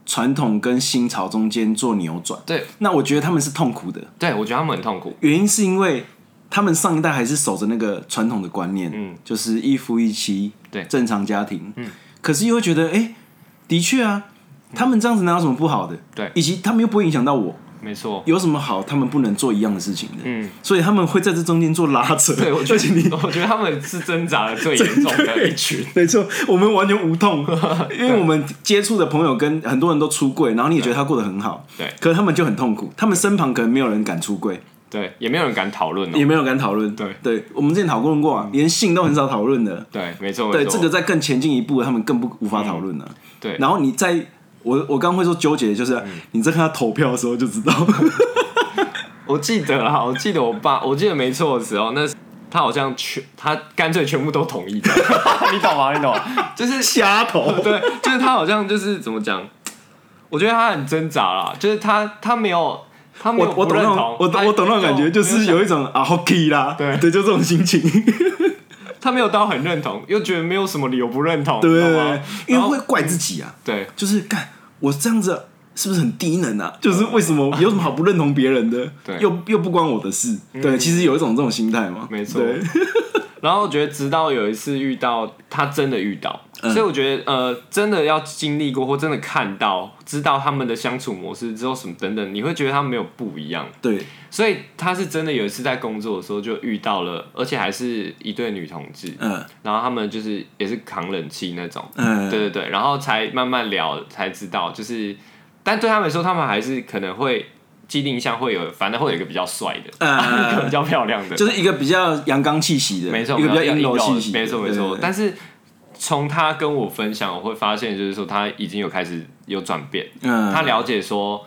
Speaker 2: 传统跟新潮中间做扭转。
Speaker 3: 对
Speaker 2: 那我觉得他们是痛苦的，
Speaker 3: 对，我觉得他们很痛苦。
Speaker 2: 原因是因为他们上一代还是守着那个传统的观念，
Speaker 3: 嗯，
Speaker 2: 就是一夫一妻，
Speaker 3: 对
Speaker 2: 正常家庭，嗯，可是又会觉得，哎、的确啊，他们这样子哪有什么不好的？
Speaker 3: 对
Speaker 2: 以及他们又不会影响到我，
Speaker 3: 没错，
Speaker 2: 有什么好他们不能做一样的事情的？
Speaker 3: 嗯，
Speaker 2: 所以他们会在这中间做拉扯。
Speaker 3: 对，我觉
Speaker 2: 而且你
Speaker 3: 得 [LAUGHS] 我觉得他们是挣扎的最严重
Speaker 2: [LAUGHS]
Speaker 3: 的 [LAUGHS] 一群。
Speaker 2: 没错，我们完全无
Speaker 3: [LAUGHS]
Speaker 2: 痛，因为我们接触的朋友跟很多人都出柜，然后你也觉得他过得很好，
Speaker 3: 对
Speaker 2: 可是他们就很痛苦，他们身旁可能没有人敢出柜，
Speaker 3: 对，也没有人敢讨论
Speaker 2: 也
Speaker 3: 哦。
Speaker 2: 没有人敢讨论，
Speaker 3: 对
Speaker 2: 对，我们之前讨论过啊，连性都很少讨论的，
Speaker 3: 对，没错，
Speaker 2: 对，
Speaker 3: 没
Speaker 2: 这
Speaker 3: 错嗯
Speaker 2: 个再更前进一步，他们更不无法讨论了，
Speaker 3: 对嗯
Speaker 2: 然后你在。我我刚会说纠结，就是你在看他投票的时候就知
Speaker 3: [LAUGHS]
Speaker 2: 道，
Speaker 3: 我记得啦，我记得我爸，我记得没错的时候，那时他好像全，他干脆全部都同意的， [LAUGHS] 你懂吗？你懂吗？ [LAUGHS] 就是
Speaker 2: 瞎投。
Speaker 3: 对，就是他好像就是怎么讲，我觉得他很挣扎啦，就是他他没有，他没
Speaker 2: 我
Speaker 3: 有
Speaker 2: 我
Speaker 3: 不
Speaker 2: 懂那
Speaker 3: 认
Speaker 2: 种
Speaker 3: 同，
Speaker 2: 我
Speaker 3: 他
Speaker 2: 懂我懂那种感觉，就是
Speaker 3: 没有
Speaker 2: 有一种啊 h o k y 啦，
Speaker 3: 对
Speaker 2: 对，就这种心
Speaker 3: [LAUGHS]
Speaker 2: 情。
Speaker 3: 想他没有到很认同，又觉得没有什么理由不认同，你懂
Speaker 2: 对
Speaker 3: 吗？，
Speaker 2: 因为
Speaker 3: 然后
Speaker 2: 会怪自己啊，
Speaker 3: 对
Speaker 2: 就是干我这样子是不是很低能啊？就是为什么有什么好不认同别人的？
Speaker 3: 嗯 [LAUGHS] 对嗯
Speaker 2: 又又不关我的事。对，其实有一种这种心态嘛，
Speaker 3: 没错
Speaker 2: 对
Speaker 3: 然后我觉得直到有一次遇到他真的遇到，
Speaker 2: 嗯
Speaker 3: 所以我觉得呃，真的要经历过或真的看到，知道他们的相处模式之后什么等等，你会觉得他们没有不一样。
Speaker 2: 对
Speaker 3: 所以他是真的有一次在工作的时候就遇到了，而且还是一对女同志，
Speaker 2: 嗯
Speaker 3: 然后他们就是也是扛冷气那种，对
Speaker 2: 嗯，
Speaker 3: 对对，然后才慢慢聊才知道，就是但对他们来说，他们还是可能会既定印象会有，反正会有一个比较帅的，一个
Speaker 2: 呃
Speaker 3: 比，较漂亮的，
Speaker 2: 就是一个比较阳刚气息的，
Speaker 3: 没错，
Speaker 2: 一个比较阴柔
Speaker 3: 柔
Speaker 2: 气息的，
Speaker 3: 没错没错。但
Speaker 2: 是
Speaker 3: 是从他跟我分享，我会发现就是说他已经有开始有转变，
Speaker 2: 嗯，
Speaker 3: 他了解说。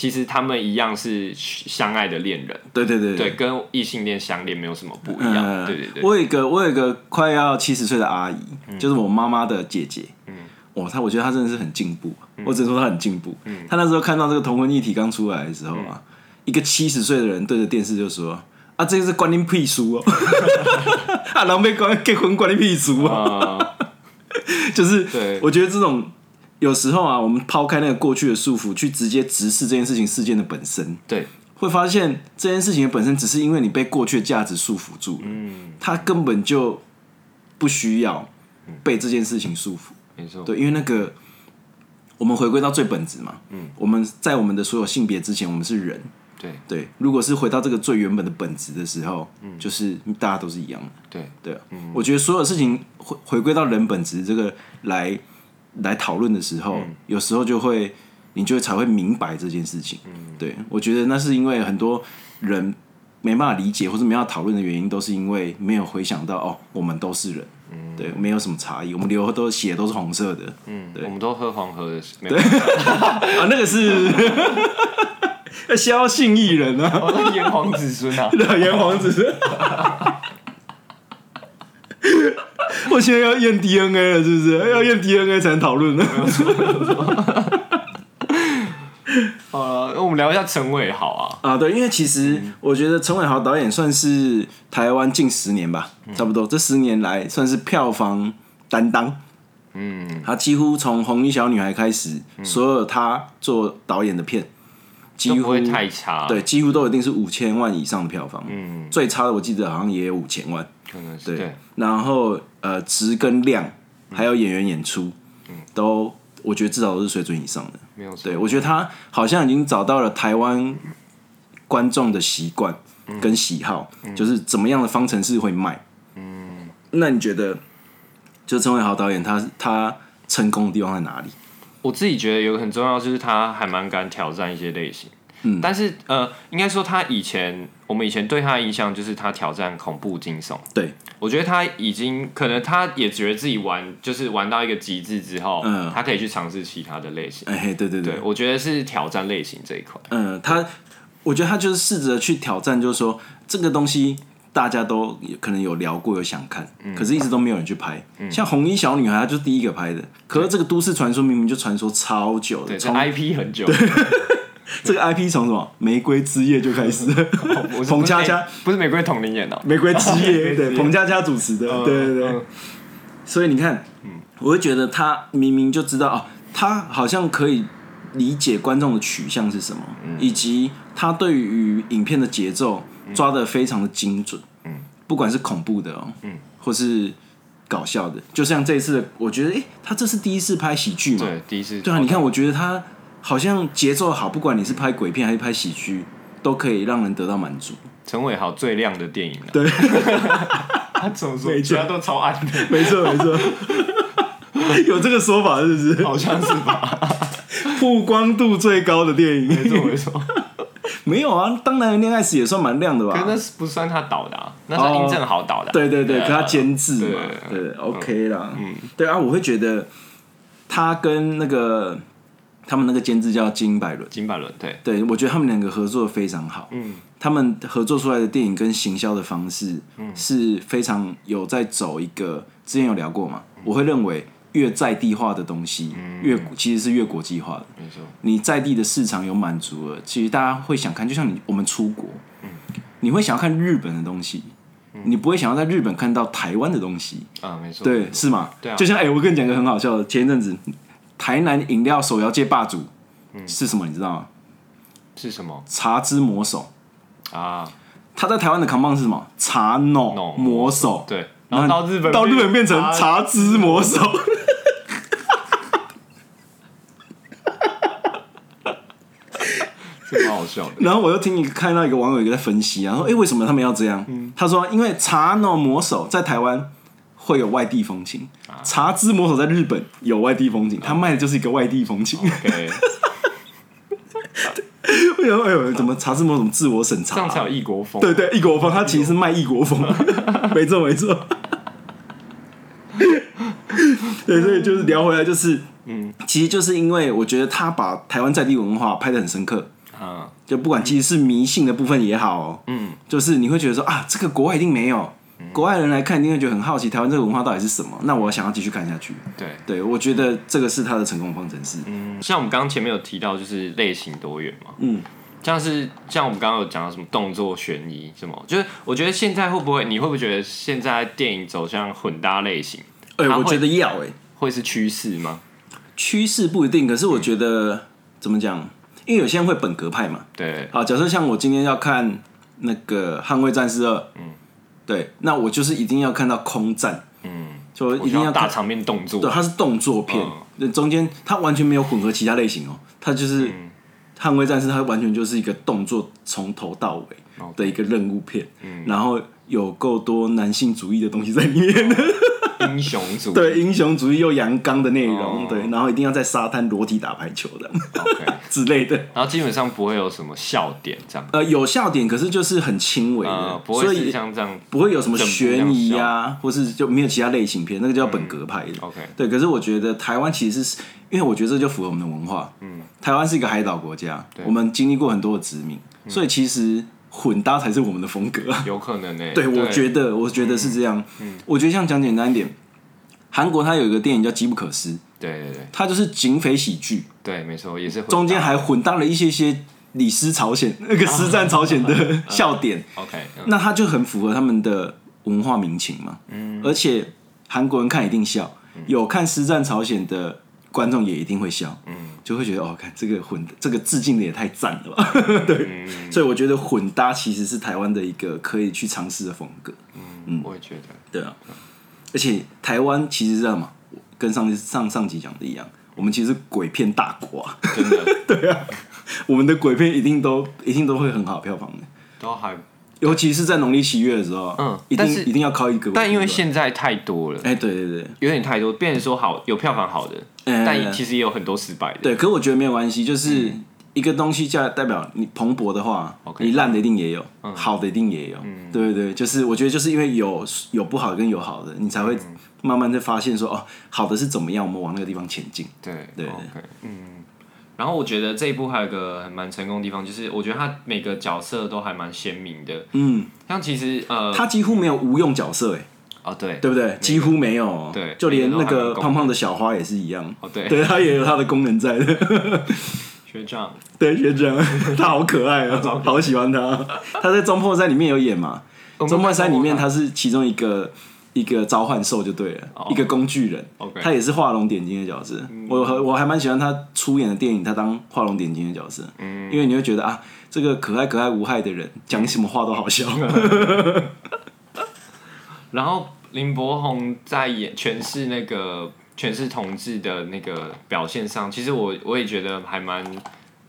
Speaker 3: 其实他们一样是相爱的恋人，
Speaker 2: 对对对
Speaker 3: 对，。跟异性恋相恋没有什么不一样，
Speaker 2: 嗯，
Speaker 3: 对对嗯对，
Speaker 2: 我有一个我有一个快要七十岁的阿姨，就是我妈妈的姐姐。嗯，哇，她我觉得她真的是很进步，啊
Speaker 3: 嗯
Speaker 2: 我只能说她很进步。她那时候看到这个同婚议题刚出来的时候
Speaker 3: 嗯
Speaker 2: 啊，一个七十岁的人对着电视就说：“啊，这个是关你屁事哦！ [LAUGHS] 啊，狼狈关结婚关你屁事哦！”
Speaker 3: 呃，
Speaker 2: [LAUGHS] 就是
Speaker 3: 对
Speaker 2: 我觉得这种有时候啊，我们抛开那个过去的束缚，去直接直视这件事情事件的本身，
Speaker 3: 对，
Speaker 2: 会发现这件事情本身只是因为你被过去的价值束缚住了，嗯，它根本就不需要被这件事情束缚，
Speaker 3: 没错，
Speaker 2: 对，因为那个我们回归到最本质嘛，嗯，我们在我们的所有性别之前，我们是人，
Speaker 3: 对
Speaker 2: 对，如果是回到这个最原本的本质的时候，嗯，就是大家都是一样的，
Speaker 3: 对
Speaker 2: 对啊，我觉得所有事情回回归到人本质这个来来讨论的时候，有时候就会你就才会明白这件事情。对我觉得那是因为很多人没办法理解或者没办法讨论的原因，都是因为没有回想到哦，我们都是人，对，没有什么差异，我们流都血都是红色的，
Speaker 3: 嗯我们都喝黄河的，没有，
Speaker 2: 啊，那个是 [LAUGHS] 萧姓艺人啊，
Speaker 3: [LAUGHS] 我是炎黄子孙
Speaker 2: [LAUGHS]
Speaker 3: 啊，
Speaker 2: 炎黄子。 [LAUGHS] 我现在要验 DNA 了，是不是？要验 DNA 才能讨论了。
Speaker 3: 好了，我们聊一下陈伟豪啊，
Speaker 2: 啊，对，因为其实我觉得陈伟豪导演算是台湾近十年吧，差不多这十年来算是票房担当。嗯，他几乎从《红衣小女孩》开始，所有他做导演的片，几
Speaker 3: 都不
Speaker 2: 乎
Speaker 3: 会太差，
Speaker 2: 对，，几乎都一定是五千万以上的票房。嗯，最差的我记得好像也有五千万。
Speaker 3: 可能是
Speaker 2: 对，嗯
Speaker 3: 对，
Speaker 2: 然后呃，值跟量，还有演员演出，都我觉得至少都是水准以上的。
Speaker 3: 没有错
Speaker 2: 对，，我觉得他好像已经找到了台湾观众的习惯跟喜好，就是怎么样的方程式会卖。嗯，那你觉得，就陈伟豪导演他他成功的地方在哪里？
Speaker 3: 我自己觉得有个很重要，就是他还蛮敢挑战一些类型。嗯，但是呃，应该说他以前我们以前对他的印象就是他挑战恐怖惊悚。
Speaker 2: 对，
Speaker 3: 我觉得他已经可能他也觉得自己玩就是玩到一个极致之后，
Speaker 2: 嗯
Speaker 3: 他可以去尝试其他的类型。
Speaker 2: 哎、嘿，对对对，
Speaker 3: 对，我觉得是挑战类型这一块。
Speaker 2: 嗯，他我觉得他就是试着去挑战，就是说这个东西大家都可能有聊过，有想看，
Speaker 3: 嗯
Speaker 2: 可是一直都没有人去拍。像红衣小女孩，她就是第一个拍的，可是这个都市传说明明就传说超久
Speaker 3: 对，
Speaker 2: 的，
Speaker 3: 这
Speaker 2: 从
Speaker 3: IP 很久，
Speaker 2: 这个 IP 从什么《玫瑰之夜》就开
Speaker 3: [LAUGHS]
Speaker 2: 始，
Speaker 3: 我是
Speaker 2: 彭佳佳
Speaker 3: 不是玫瑰同龄演的、哦 [LAUGHS]
Speaker 2: 《玫瑰之夜》
Speaker 3: 之
Speaker 2: 对，
Speaker 3: 夜
Speaker 2: 彭佳佳主持的，对对对。
Speaker 3: 嗯
Speaker 2: 所以你看，我会觉得他明明就知道哦，他好像可以理解观众的取向是什么，
Speaker 3: 嗯
Speaker 2: 以及他对于影片的节奏抓
Speaker 3: 嗯
Speaker 2: 得非常的精准。嗯，不管是恐怖的哦，嗯，或是搞笑的，就像这一次的，我觉得，诶，他这是第一次拍喜剧嘛？
Speaker 3: 对，第一次
Speaker 2: 对啊，你看，我觉得他好像节奏好，不管你是拍鬼片还是拍喜剧，都可以让人得到满足。
Speaker 3: 陈伟豪最亮的电影、啊，对， [LAUGHS] 他怎么说？其他都超暗的，
Speaker 2: 没错，没错， [LAUGHS] 有这个说法是不是？
Speaker 3: 好像是吧？
Speaker 2: [LAUGHS] 曝光度最高的电
Speaker 3: 没
Speaker 2: 影？
Speaker 3: 错没错，
Speaker 2: 没有啊，《当男人恋爱时》也算蛮亮的
Speaker 3: [LAUGHS] 可是那
Speaker 2: 吧？
Speaker 3: 是不算他导的、啊，那是殷正豪导的啊、
Speaker 2: 哦对对对，可他监制嘛，
Speaker 3: 对
Speaker 2: 对对，OK 啦，嗯，对啊，我会觉得他跟那个他们那个监制叫金百伦，
Speaker 3: 金百伦对，
Speaker 2: 对我觉得他们两个合作得非常好，
Speaker 3: 嗯，
Speaker 2: 他们合作出来的电影跟行销的方式，是非常有在走一个之前有聊过嘛，我会认为越在地化的东西，越其实是越国际化的，
Speaker 3: 没错，
Speaker 2: 你在地的市场有满足了，其实大家会想看，就像你我们出国，你会想要看日本的东西，你不会想要在日本看到台湾的东西，
Speaker 3: 啊没错，
Speaker 2: 对，是吗？
Speaker 3: 对啊
Speaker 2: 就像哎、我跟你讲一个很好笑的，前一阵子台南饮料手摇界霸主是什么，你知道吗？
Speaker 3: 是什么
Speaker 2: 茶之魔手，
Speaker 3: 啊？
Speaker 2: 他在台湾的扛棒是什么？茶 no 魔手，
Speaker 3: 对，
Speaker 2: 那
Speaker 3: 然
Speaker 2: 你，
Speaker 3: 后到日本
Speaker 2: 到日本变成
Speaker 3: 啊
Speaker 2: 茶之魔手。
Speaker 3: 这蛮好笑的，
Speaker 2: 然后我又听一个看到一个网友一个在分析啊，然后哎、诶为什么他们要这样？他说啊因为茶诺魔手在台湾会有外地风情，茶之魔手在日本有外地风情，他卖的就是一个外地风情。
Speaker 3: 对，
Speaker 2: [LAUGHS] 哎呦哎呦，怎么茶之魔手怎么自我审
Speaker 3: 这
Speaker 2: 查
Speaker 3: 样才
Speaker 2: 啊、
Speaker 3: 有异国风，
Speaker 2: 对对，异国风，他其实是卖异国风，没错没错。 [LAUGHS] 对，所以就是聊回来，就是嗯，其实就是因为我觉得他把台湾在地文化拍的很深刻，
Speaker 3: 啊，
Speaker 2: 就不管其实是迷信的部分也好、哦，
Speaker 3: 嗯，
Speaker 2: 就是你会觉得说啊，这个国外一定没有，国外人来看一定会觉得很好奇台湾这个文化到底是什么，那我想要继续看下去。
Speaker 3: 对。嗯
Speaker 2: 对，我觉得这个是他的成功方程式。
Speaker 3: 像我们刚刚前面有提到，就是类型多元嘛，
Speaker 2: 嗯，
Speaker 3: 像是像我们刚刚有讲到什么动作悬疑什么，就是我觉得现在会不会，你会不会觉得现在电影走向混搭类型
Speaker 2: 哎、
Speaker 3: 他会
Speaker 2: 我觉得要哎、
Speaker 3: 会是趋势吗？
Speaker 2: 趋势不一定，可是
Speaker 3: 嗯
Speaker 2: 我觉得、怎么讲，因为有些人会本格派嘛。
Speaker 3: 对，
Speaker 2: 好，假设像我今天要看那个《捍卫战士二》，嗯，对，那我就是一定要看到空战，
Speaker 3: 嗯，
Speaker 2: 就
Speaker 3: 我
Speaker 2: 一
Speaker 3: 需
Speaker 2: 定
Speaker 3: 要
Speaker 2: 要
Speaker 3: 大
Speaker 2: 看
Speaker 3: 场面动
Speaker 2: 对，
Speaker 3: 作，
Speaker 2: 它是动作片
Speaker 3: 嗯，
Speaker 2: 那、中间它完全没有混合其他类型哦，它
Speaker 3: 嗯
Speaker 2: 就是《捍卫战士》，它完全就是一个动作从头到尾
Speaker 3: 哦
Speaker 2: 的一个任务片，
Speaker 3: 嗯
Speaker 2: 然后有够多男性主义的 [LAUGHS] 东西在里面，
Speaker 3: 英雄主
Speaker 2: [LAUGHS]
Speaker 3: 义
Speaker 2: 对，英雄主义又阳刚的内容，
Speaker 3: 哦
Speaker 2: 对，然后一定要在沙滩裸体打排球的
Speaker 3: ，OK，
Speaker 2: [LAUGHS] 之类的。
Speaker 3: 然后基本上不会有什么笑点这样，
Speaker 2: 呃，有笑点，可是就是很轻微的，
Speaker 3: 呃，不
Speaker 2: 所
Speaker 3: 会是
Speaker 2: 以
Speaker 3: 像这样
Speaker 2: 不会有什么
Speaker 3: 整部这样
Speaker 2: 悬疑啊，或是就没有其他类型片，那个叫本格派的。
Speaker 3: ，OK，
Speaker 2: 对，可是我觉得台湾其实是因为我觉得这就符合我们的文化。嗯，台湾是一个海岛国家，我们经历过很多的殖民，所以其实混搭才是我们的风格啊。
Speaker 3: 有可能呢、欸
Speaker 2: 对，我觉得，我觉得是这样。我觉得像讲简单一点，韩国它有一个电影叫《机不可失》，
Speaker 3: 对对对
Speaker 2: 它就是警匪喜剧，
Speaker 3: 对，没错，也是混搭
Speaker 2: 中间还混搭了一些些李斯朝鲜那个实战朝鲜的笑点，
Speaker 3: OK，嗯
Speaker 2: 那它就很符合他们的文化民情嘛。嗯，而且韩国人看一定笑，有看《实战朝鲜》的观众也一定会笑，嗯，就会觉得哦，看这个混，这个致敬的也太赞了吧。 [LAUGHS] 对，所以我觉得混搭其实是台湾的一个可以去尝试的风格。嗯
Speaker 3: 我也觉得，
Speaker 2: 对啊，而且台湾其实这样嘛，跟上上上集讲的一样，我们其实是鬼片大国啊，[LAUGHS]
Speaker 3: 真的
Speaker 2: 我们的鬼片一定都一定都会很好票房的。
Speaker 3: 都还，
Speaker 2: 尤其是在农历七月的时候，
Speaker 3: 嗯
Speaker 2: 一
Speaker 3: 但
Speaker 2: 定
Speaker 3: 是
Speaker 2: 一定要靠一个。
Speaker 3: 但因为现在太多了，
Speaker 2: 哎、对对对，
Speaker 3: 有点太多，变成说好有票房好的，
Speaker 2: 呃
Speaker 3: 但其实也有很多失败的。
Speaker 2: 对，可我觉得没有关系，就是一个东西价代表你蓬勃的话
Speaker 3: OK 嗯
Speaker 2: 你烂的一定也有，好的一定也有，对对对，就是我觉得就是因为有有不好跟有好的，你才会
Speaker 3: 嗯
Speaker 2: 慢慢的发现说、哦，好的是怎么样，我们往那个地方前进。
Speaker 3: 对
Speaker 2: 对
Speaker 3: o k 嗯。然后我觉得这一部还有一个很蛮成功的地方，就是我觉得他每个角色都还蛮鲜明的。
Speaker 2: 嗯，
Speaker 3: 像其实呃，
Speaker 2: 他几乎没有无用角色，哎，
Speaker 3: 哦对
Speaker 2: 对不对？几乎没有哦，
Speaker 3: 对
Speaker 2: 就连那
Speaker 3: 每个都还
Speaker 2: 个
Speaker 3: 蛮够
Speaker 2: 胖胖的小花也是一样，
Speaker 3: 哦对，
Speaker 2: 对，他也有他的功能在的。
Speaker 3: 学长
Speaker 2: 对，学 [LAUGHS] 长，他好可爱啊、好喜欢他。他在《中破山》里面有演嘛，
Speaker 3: 我
Speaker 2: 《
Speaker 3: 们
Speaker 2: 中破山》里面
Speaker 3: 看
Speaker 2: 他是其中一个一个召唤兽就对了，一个工具人。
Speaker 3: OK
Speaker 2: 他也是画龙点睛的角色。我和我还蛮喜欢他出演的电影，他当画龙点睛的角色，因为你会觉得啊，这个可爱可爱无害的人讲什么话都 [LAUGHS] 好笑。
Speaker 3: 然后林柏宏在演诠释那个诠释同志的那个表现上，其实我我也觉得还蛮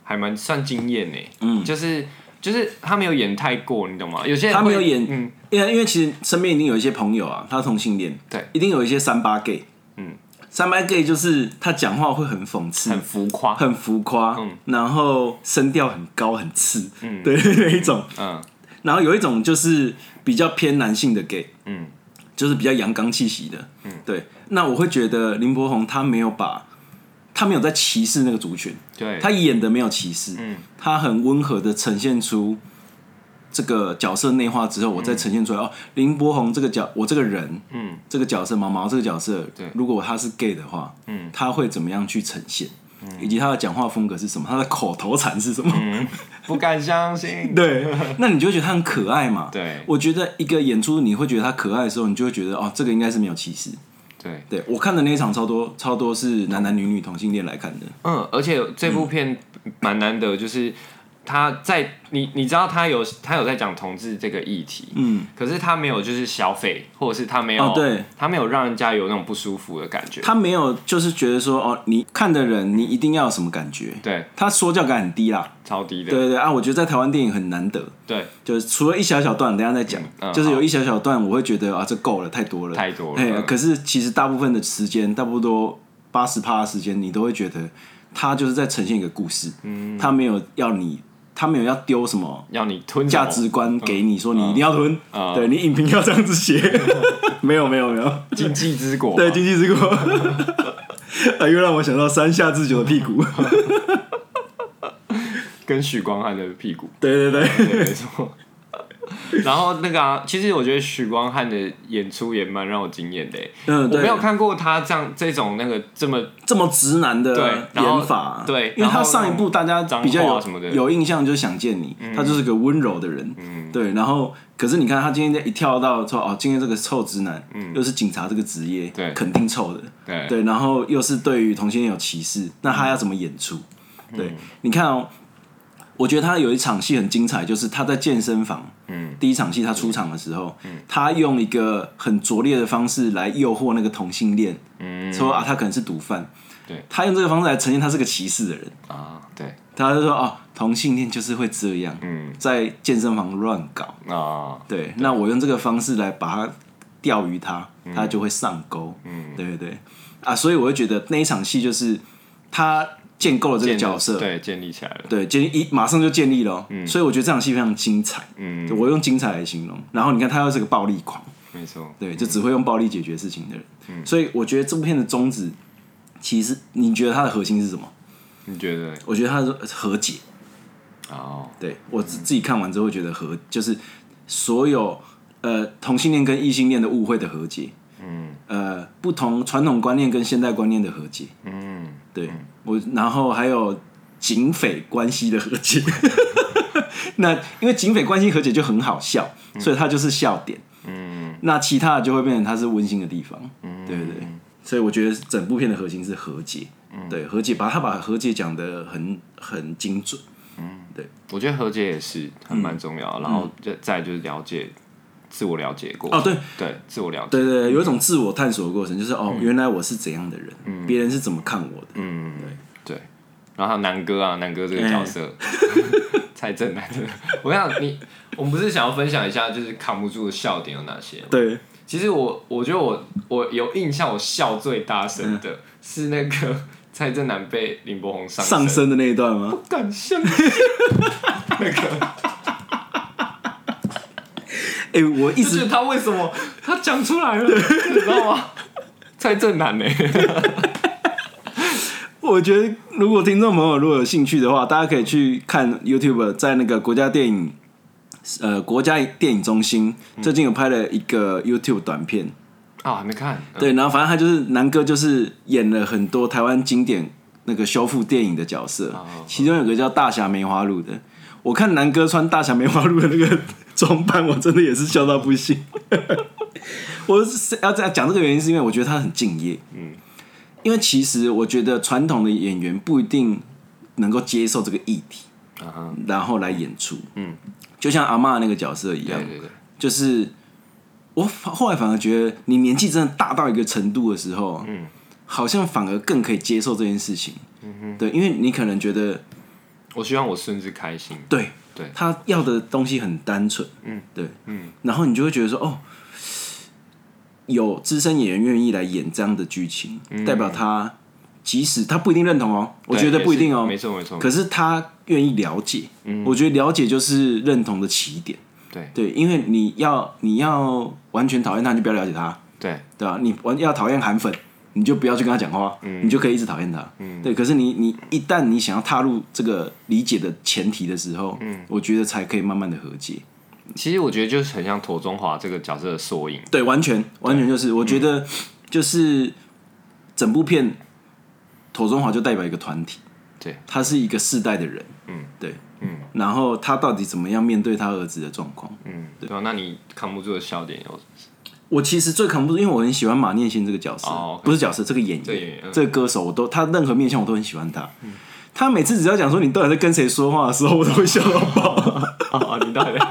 Speaker 3: 还蛮算惊艳呢。嗯，就是就是他没有演太过，你懂吗？有些人
Speaker 2: 他没有
Speaker 3: 会
Speaker 2: 演
Speaker 3: 嗯，
Speaker 2: 因为因为其实身边一定有一些朋友啊，他同性恋，
Speaker 3: 对，
Speaker 2: 一定有一些三八 gay。嗯，三八 gay 就是他讲话会很讽刺，
Speaker 3: 很浮夸，
Speaker 2: 很浮夸，然后声调很高很刺，
Speaker 3: 嗯
Speaker 2: 对 [LAUGHS] 那一种。
Speaker 3: 嗯
Speaker 2: 然后有一种就是比较偏男性的 gay，
Speaker 3: 嗯，
Speaker 2: 就是比较阳刚气息的，嗯，对。那我会觉得林柏宏他没有把，他没有在歧视那个族群，
Speaker 3: 对，
Speaker 2: 他演的没有歧视，
Speaker 3: 嗯，
Speaker 2: 他很温和的呈现出这个角色内化之后，我再呈现出来、哦，林柏宏这个角，我这个人，
Speaker 3: 嗯，
Speaker 2: 这个角色毛毛这个角色，
Speaker 3: 对
Speaker 2: 如果他是 gay 的话，
Speaker 3: 嗯，
Speaker 2: 他会怎么样去呈现，以及他的讲话风格是什么，他的口头禅是什么，
Speaker 3: 嗯不敢相
Speaker 2: [LAUGHS]
Speaker 3: 信，
Speaker 2: 对，那你就会觉得他很可爱嘛，
Speaker 3: 对
Speaker 2: 我觉得一个演出你会觉得他可爱的时候，你就会觉得哦，这个应该是没有歧视。
Speaker 3: 对。
Speaker 2: 对我看的那一场超多超多是男男女女同性恋来看的，
Speaker 3: 嗯，而且这部片蛮难得，就是他在你你知道他有他有在讲同志这个议题，
Speaker 2: 嗯，
Speaker 3: 可是他没有就是消费，或者是他没有、
Speaker 2: 哦对
Speaker 3: 他没有让人家有那种不舒服的感觉，
Speaker 2: 他没有就是觉得说哦，你看的人你一定要有什么感觉，
Speaker 3: 对，
Speaker 2: 他说教感很低啦。
Speaker 3: 超低的，
Speaker 2: 对对对啊，我觉得在台湾电影很难得，
Speaker 3: 对，
Speaker 2: 就是除了一小小段，等一下再讲，
Speaker 3: 嗯嗯
Speaker 2: 就是有一小小段我会觉得啊，这够了，太多了，
Speaker 3: 太多了
Speaker 2: 哎、
Speaker 3: 嗯
Speaker 2: 可是其实大部分的时间，差不多八十趴的时间，你都会觉得他就是在呈现一个故事，嗯，他没有要你，他没有要丢什么。
Speaker 3: 要你吞什
Speaker 2: 价
Speaker 3: 么
Speaker 2: 值观给你说你一定要吞，
Speaker 3: 嗯
Speaker 2: 对你影评要这样子
Speaker 3: [LAUGHS]
Speaker 2: 写，没有没有没有，
Speaker 3: 经济之
Speaker 2: [LAUGHS]
Speaker 3: 果，
Speaker 2: 对经济之国，啊又让我想到山下智久的屁
Speaker 3: [LAUGHS]
Speaker 2: 股，
Speaker 3: 跟许光汉的屁股，
Speaker 2: 对对对，
Speaker 3: 对，没错。 [LAUGHS] 然后那个啊，其实我觉得许光汉的演出也蛮让我惊艳的欸，
Speaker 2: 嗯，
Speaker 3: 我
Speaker 2: 对
Speaker 3: 没有看过他这样这种那个这么
Speaker 2: 这么直男的
Speaker 3: 对然后
Speaker 2: 演法，
Speaker 3: 对
Speaker 2: 因为他
Speaker 3: 然后
Speaker 2: 上一部大家比较
Speaker 3: 脏话
Speaker 2: 有
Speaker 3: 什么的嗯
Speaker 2: 有印象，就是《想见你》，他就是个温柔的人，对。然后，可是你看他今天一跳到说哦，今天这个臭直男，又是警察这个职业，
Speaker 3: 嗯对
Speaker 2: 肯定臭的，
Speaker 3: 对
Speaker 2: 对。然后又是对于同性恋有歧视，那他要怎么演出？
Speaker 3: 嗯
Speaker 2: 对，你看哦，我觉得他有一场戏很精彩，就是他在健身房，
Speaker 3: 嗯，
Speaker 2: 第一场戏他出场的时候，他用一个很拙劣的方式来诱惑那个同性恋，
Speaker 3: 嗯
Speaker 2: 说啊，他可能是毒贩，
Speaker 3: 对，
Speaker 2: 他用这个方式来呈现他是个歧视的人，
Speaker 3: 啊，对，
Speaker 2: 他就说哦，同性恋就是会这样，
Speaker 3: 嗯
Speaker 2: 在健身房乱搞，
Speaker 3: 啊，
Speaker 2: 对，那我用这个方式来把他钓鱼他，他就会上钩，
Speaker 3: 嗯，
Speaker 2: 对对对，啊，所以我会觉得那一场戏就是他建构了这个角色，
Speaker 3: 对建立起来了，
Speaker 2: 对，建立一马上就建立了哦、所以我觉得这场戏非常精彩，
Speaker 3: 嗯，
Speaker 2: 我用精彩来形容。然后你看他又是个暴力狂，
Speaker 3: 没错，
Speaker 2: 对，就只会用暴力解决事情的人，
Speaker 3: 嗯
Speaker 2: 所以我觉得这部片的宗旨，其实你觉得它的核心是什么？
Speaker 3: 你觉得嘞？
Speaker 2: 我觉得它是和解，
Speaker 3: 哦，
Speaker 2: 对我自自己看完之后会觉得和就是所有呃同性恋跟异性恋的误会的和解，嗯，呃嗯不同传统观念跟现代观念的和解，嗯，对我然后还有警匪关系的和解。 [LAUGHS] 那因为警匪关系和解就很好笑，所以它就是笑点。嗯，那其他的就会变成它是温馨的地方。嗯，对对对。所以我觉得整部片的核心是和解。对，和解把他把和解讲的很很精准。
Speaker 3: 我觉得和解也是很蛮重要，然后再再就是了解自我了解过
Speaker 2: 嗯哦对
Speaker 3: 对，自我了解，
Speaker 2: 对对对，有一种自我探索的过程，就是
Speaker 3: 嗯
Speaker 2: 哦，原来我是怎样的人，别人是怎么看我的。
Speaker 3: 然后还有南哥啊，南哥这个
Speaker 2: 哎
Speaker 3: 角色， [LAUGHS] 蔡正南这个，我想你，我们不是想要分享一下，就是扛不住的笑点有哪些吗？
Speaker 2: 对，
Speaker 3: 其实我我觉得我我有印象，我笑最大
Speaker 2: 嗯
Speaker 3: 声的是那个 [LAUGHS] 蔡正南被林柏宏上
Speaker 2: 上
Speaker 3: 身，
Speaker 2: 升的那一段
Speaker 3: [LAUGHS]
Speaker 2: 吗？
Speaker 3: 敢相信那个，
Speaker 2: 哎，我一
Speaker 3: 就
Speaker 2: 直
Speaker 3: 是他为什么他讲出来了，你知道吗？蔡正南欸呢、
Speaker 2: 我觉得，如果听众朋友如果有兴趣的话，大家可以去看 YouTube，在那个国家电影，呃，国家电影中心
Speaker 3: 嗯
Speaker 2: 最近有拍了一个 YouTube 短片，
Speaker 3: 啊，还没看，嗯
Speaker 2: 对，然后反正他就是南哥，就是演了很多台湾经典那个修复电影的角色，
Speaker 3: 哦
Speaker 2: 其中有个叫《大侠梅花鹿》的，我看南哥穿《大侠梅花鹿》的那个装扮，我真的也是笑到不
Speaker 3: [LAUGHS]
Speaker 2: 行。我是要这样讲这个原因，是因为我觉得他很敬业，嗯，因为其实我觉得传统的演员不一定能够接受这个议题，
Speaker 3: 啊，
Speaker 2: 然后来演出，嗯，就像阿嬷那个角色一样
Speaker 3: 对，对对，
Speaker 2: 就是我反后来反而觉得，你年纪真的大到一个程度的时候，嗯，好像反而更可以接受这件事情，嗯对，因为你可能觉得
Speaker 3: 我希望我孙子开心，
Speaker 2: 对
Speaker 3: 对
Speaker 2: 他要的东西很单纯，嗯，对，嗯，然后你就会觉得说，哦，有资深演员愿意来演这样的剧情，代表他即使他不一定认同哦，我
Speaker 3: 嗯对
Speaker 2: 觉得不一定哦，
Speaker 3: 也是没错没错，
Speaker 2: 可是他愿意了解，我觉得了解就是认同的起点。
Speaker 3: 对
Speaker 2: 对，因为你要你要完全讨厌他，你就不要了解他，
Speaker 3: 对
Speaker 2: 对吧、你完要讨厌韩粉，你就不要去跟他讲话，你就可以一直讨厌他。对，可是你你一旦你想要踏入这个理解的前提的时候，我觉得才可以慢慢的和解。
Speaker 3: 其实我觉得就是很像妥中华这个角色的缩影，
Speaker 2: 对，完全完全就是，我觉得就是整部片，妥中华就代表一个团体，
Speaker 3: 对，
Speaker 2: 他是一个世代的人，嗯，对，嗯，然后他到底怎么样面对他儿子的状况？
Speaker 3: 嗯，对吧？那你扛不住的笑点
Speaker 2: [LAUGHS]
Speaker 3: 有
Speaker 2: 我其实最扛不住，因为我很喜欢马念先这个角色
Speaker 3: 哦，OK
Speaker 2: 不是角色，这个演员，
Speaker 3: 这个演员嗯嗯
Speaker 2: 这个歌手，我都他任何面相我都很喜欢他。他每次只要讲说你到底在跟谁说话的时候，我都会笑到爆。
Speaker 3: 啊，
Speaker 2: 哦
Speaker 3: 你到底
Speaker 2: [LAUGHS]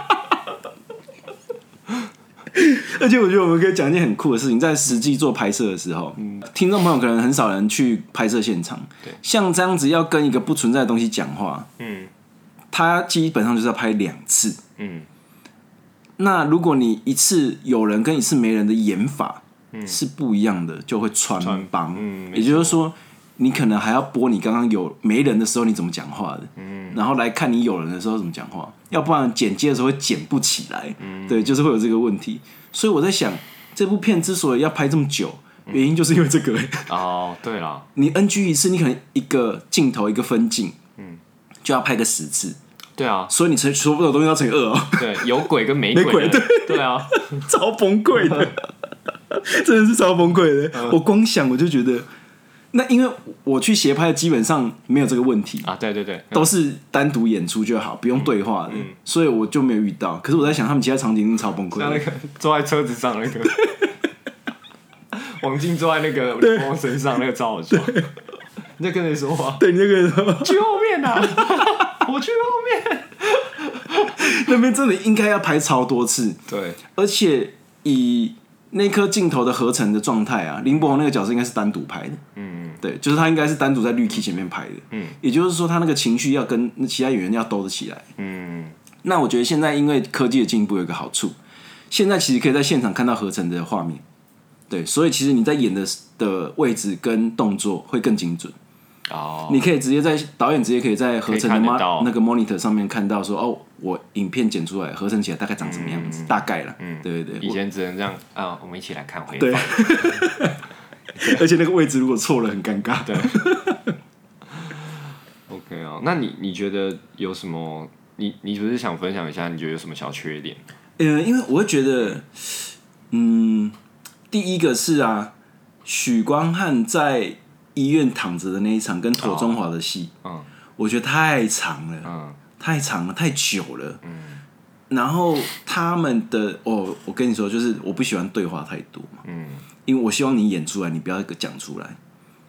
Speaker 2: 而且我觉得我们可以讲一件很酷的事情，在实际做拍摄的时候，听众朋友可能很少人去拍摄现场，
Speaker 3: 嗯对
Speaker 2: 像这样子要跟一个不存在的东西讲话，
Speaker 3: 嗯
Speaker 2: 他基本上就是要拍两次。
Speaker 3: 嗯
Speaker 2: 那如果你一次有人跟一次没人的演法是不一样的，就会穿
Speaker 3: 嗯穿
Speaker 2: 帮。
Speaker 3: 嗯没
Speaker 2: 也就是说，你可能还要播你刚刚有没人的时候你怎么讲话的，
Speaker 3: 嗯
Speaker 2: 然后来看你有人的时候怎么讲话，要不然剪接的时候会剪不起来。
Speaker 3: 嗯
Speaker 2: 对，就是会有这个问题。所以我在想，这部片之所以要拍这么久，
Speaker 3: 嗯
Speaker 2: 原因就是因为这个、 [LAUGHS]
Speaker 3: 哦，对啦，
Speaker 2: 你 NG 一次，你可能一个镜头一个分镜，
Speaker 3: 嗯
Speaker 2: 就要拍个十次，
Speaker 3: 对啊，
Speaker 2: 所以你乘所有的东西要乘以二哦。
Speaker 3: 对，有鬼跟没鬼的，
Speaker 2: 没鬼
Speaker 3: [LAUGHS] 对啊，
Speaker 2: [LAUGHS] 超崩溃的， [LAUGHS] 嗯真的是超崩溃的。我光想我就觉得，那因为我去斜拍基本上没有这个问题，
Speaker 3: 啊，对对对，
Speaker 2: 都是单独演出就好，不用对话的，所以我就没有遇到。可是我在想，他们其他场景一定超崩溃
Speaker 3: 像那
Speaker 2: 的。
Speaker 3: 个坐在车子上那个，王静坐在那个林峰身上那个超好笑，你在跟谁说话？
Speaker 2: [LAUGHS] 对，那个
Speaker 3: 去后面呐、我去后面，
Speaker 2: [LAUGHS] 那边真的应该要拍超多次，
Speaker 3: 对，
Speaker 2: 而且以那颗镜头的合成的状态啊，林柏宏那个角色应该是单独拍的，
Speaker 3: 嗯，
Speaker 2: 对，就是他应该是单独在绿 key 前面拍的，嗯，也就是说他那个情绪要跟其他演员要兜得起来，
Speaker 3: 嗯，
Speaker 2: 那我觉得现在因为科技的进步有一个好处，现在其实可以在现场看到合成的画面，对，所以其实你在演的的位置跟动作会更精准。
Speaker 3: 哦，
Speaker 2: 你可以直接在导演直接可以在合成的
Speaker 3: 可以看得
Speaker 2: mon-
Speaker 3: 到
Speaker 2: 那个 monitor 上面看到说，哦，我影片剪出来合成起来大概长什么样
Speaker 3: 嗯
Speaker 2: 子，大概了，对对
Speaker 3: 以
Speaker 2: 对。
Speaker 3: 前只能这样啊，我们一起来看回
Speaker 2: 对
Speaker 3: 放，
Speaker 2: [LAUGHS] 而且那个位置如果错了很尴尬。
Speaker 3: 对 OK 啊，那你你觉得有什么？你你不是想分享一下你觉得有什么小缺点？
Speaker 2: 呃，因为我会觉得，嗯，第一个是啊，许光汉在医院躺着的那一场跟妥中华的戏，
Speaker 3: 嗯
Speaker 2: 我觉得太长了，
Speaker 3: 嗯
Speaker 2: 太长了，太久了。然后他们的哦，我跟你说，就是我不喜欢对话太多嘛，
Speaker 3: 嗯
Speaker 2: 因为我希望你演出来，你不要讲出来。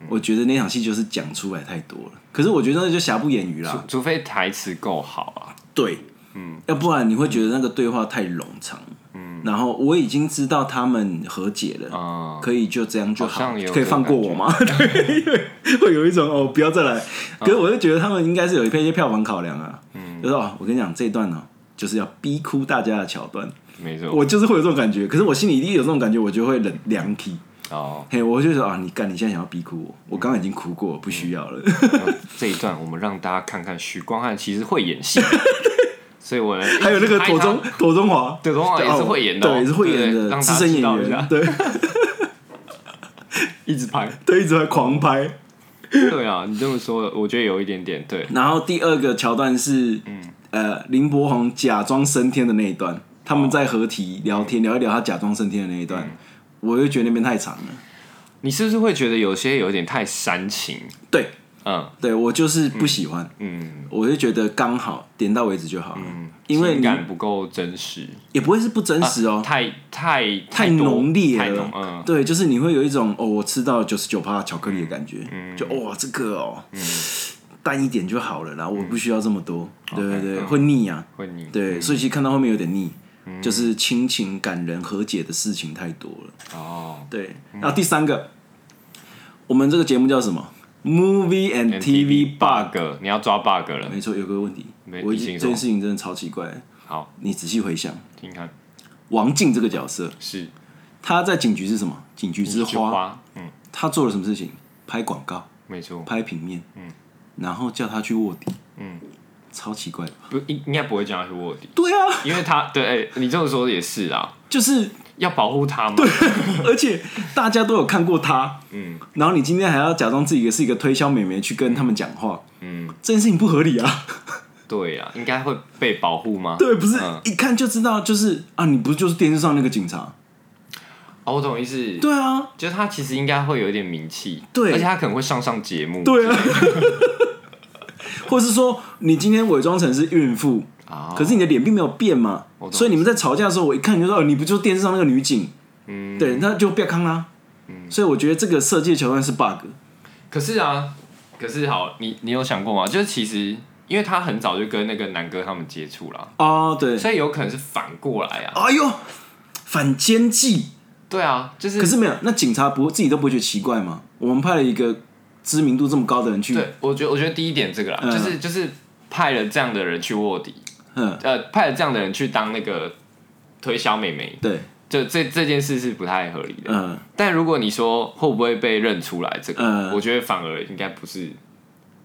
Speaker 2: 我觉得那场戏就是讲出来太多了，可是我觉得那就瑕不掩瑜啦
Speaker 3: 除。除非台词够好啊，
Speaker 2: 对，嗯，要不然你会觉得那个对话太冗长，嗯，然后我已经知道他们和解了，
Speaker 3: 嗯，
Speaker 2: 可以就这样就好，
Speaker 3: 好像也有
Speaker 2: 可以放过我吗？ [LAUGHS] 对，会有一种哦，不要再
Speaker 3: 啊
Speaker 2: 来。可是我就觉得他们应该是有一些票房考量啊，嗯，就是哦，我跟你讲这一段呢、就是要逼哭大家的桥段，
Speaker 3: 没错，
Speaker 2: 我就是会有这种感觉。可是我心里一定有这种感觉，我就会冷凉气。
Speaker 3: 哦，
Speaker 2: 嘿，我就说啊，你干，你现在想要逼哭我，我刚刚已经哭过，不需要了。
Speaker 3: 嗯这一段我们让大家看看许光汉其实会演
Speaker 2: [LAUGHS]
Speaker 3: 戏，所以我呢
Speaker 2: 还有那个左宗左宗华，
Speaker 3: 左宗华也是会演的哦
Speaker 2: 对，也是会演
Speaker 3: 对
Speaker 2: 的
Speaker 3: 让
Speaker 2: 资
Speaker 3: 大家
Speaker 2: 深演
Speaker 3: 知道一下
Speaker 2: 员，对，
Speaker 3: 一直拍，
Speaker 2: 对，一直在狂拍。
Speaker 3: 对啊，你这么说，我觉得有一点点对，
Speaker 2: 然后第二个桥段是，
Speaker 3: 嗯
Speaker 2: 呃，林柏宏假装升天的那一段，他们在合体聊天、
Speaker 3: 哦
Speaker 2: 聊一聊他假装升天的那一段，
Speaker 3: 嗯
Speaker 2: 我就觉得那边太长了。
Speaker 3: 你是不是会觉得有些有点太煽情？
Speaker 2: 对，
Speaker 3: 嗯
Speaker 2: 对我就是不喜欢，
Speaker 3: 嗯，
Speaker 2: 我就觉得刚好点到为止就好了，因为
Speaker 3: 情
Speaker 2: 你
Speaker 3: 感啊不够真实，
Speaker 2: 也不会是不真实哦。
Speaker 3: 太太
Speaker 2: 太
Speaker 3: 多
Speaker 2: 浓烈
Speaker 3: 太
Speaker 2: 了
Speaker 3: 浓，，嗯，
Speaker 2: 对，就是你会有一种哦，我吃到九十九趴巧克力的感觉，
Speaker 3: 嗯
Speaker 2: 就哇、这个哦，淡一点就好了啦，我不需要这么多，对对对，
Speaker 3: 嗯
Speaker 2: 会腻啊，
Speaker 3: 会腻，
Speaker 2: 对，所以其实看到后面有点腻，
Speaker 3: 嗯
Speaker 2: 就是亲情、感人、和解的事情太多了。
Speaker 3: 哦，
Speaker 2: 对，然后第三个，我们这个节目叫什么？Movie and TV Bug。
Speaker 3: bug，你要抓 bug 了，
Speaker 2: 没错，有个问题
Speaker 3: 没，
Speaker 2: 我
Speaker 3: 你请
Speaker 2: 这
Speaker 3: 说
Speaker 2: 件事情真的超奇怪。
Speaker 3: 好，
Speaker 2: 你仔细回想，
Speaker 3: 听看
Speaker 2: 王静这个角色，
Speaker 3: 是
Speaker 2: 她在警局是什么？警局之
Speaker 3: 菊
Speaker 2: 花。
Speaker 3: 花，嗯，
Speaker 2: 她做了什么事情？拍广告，
Speaker 3: 没错，
Speaker 2: 拍平面，然后叫她去卧底，
Speaker 3: 嗯
Speaker 2: 超奇怪的吧。
Speaker 3: 不应应该不会叫他去卧底，
Speaker 2: 对啊，
Speaker 3: 因为他对，哎，你这么说也是啊，
Speaker 2: 就是，
Speaker 3: 要保护他嘛，
Speaker 2: [LAUGHS] 而且大家都有看过她，
Speaker 3: 嗯
Speaker 2: 然后你今天还要假装自己是一个推销美眉去跟他们讲话，
Speaker 3: 嗯，
Speaker 2: 这件事情不合理啊！ [LAUGHS]
Speaker 3: 对啊，应该会被保护吗？
Speaker 2: 对，不是、
Speaker 3: 嗯
Speaker 2: 一看就知道，就是啊，你不就是电视上那个警察？
Speaker 3: 哦，我懂意思，
Speaker 2: 对啊，
Speaker 3: 就是他其实应该会有一点名气，
Speaker 2: 对
Speaker 3: 而且他可能会上上节目，
Speaker 2: 对啊， [LAUGHS] 或是说你今天伪装成是孕妇，
Speaker 3: 啊，
Speaker 2: 可是你的脸并没有变嘛，
Speaker 3: 懂
Speaker 2: 所以你们在吵架的时候，我一看你就知道，哦你不就是电视上那个女警？
Speaker 3: 嗯，
Speaker 2: 对，那就不要康啦。所以我觉得这个设计的桥段是 bug，
Speaker 3: 可是啊，可是好，你你有想过吗？就是其实，因为他很早就跟那个南哥他们接触了，
Speaker 2: 哦，对，
Speaker 3: 所以有可能是反过来啊。
Speaker 2: 哎呦，反间计。
Speaker 3: 对啊，就是
Speaker 2: 可是没有，那警察不自己都不会觉得奇怪吗？我们派了一个知名度这么高的人去，
Speaker 3: 对，我觉得我觉得第一点这个啦，
Speaker 2: 嗯
Speaker 3: 就是就是派了这样的人去卧底，
Speaker 2: 嗯，
Speaker 3: 呃，派了这样的人去当那个推销妹妹，
Speaker 2: 对，
Speaker 3: 就这这件事是不太合理的。
Speaker 2: 嗯，
Speaker 3: 但如果你说会不会被认出来，这个、
Speaker 2: 嗯
Speaker 3: 我觉得反而应该不是，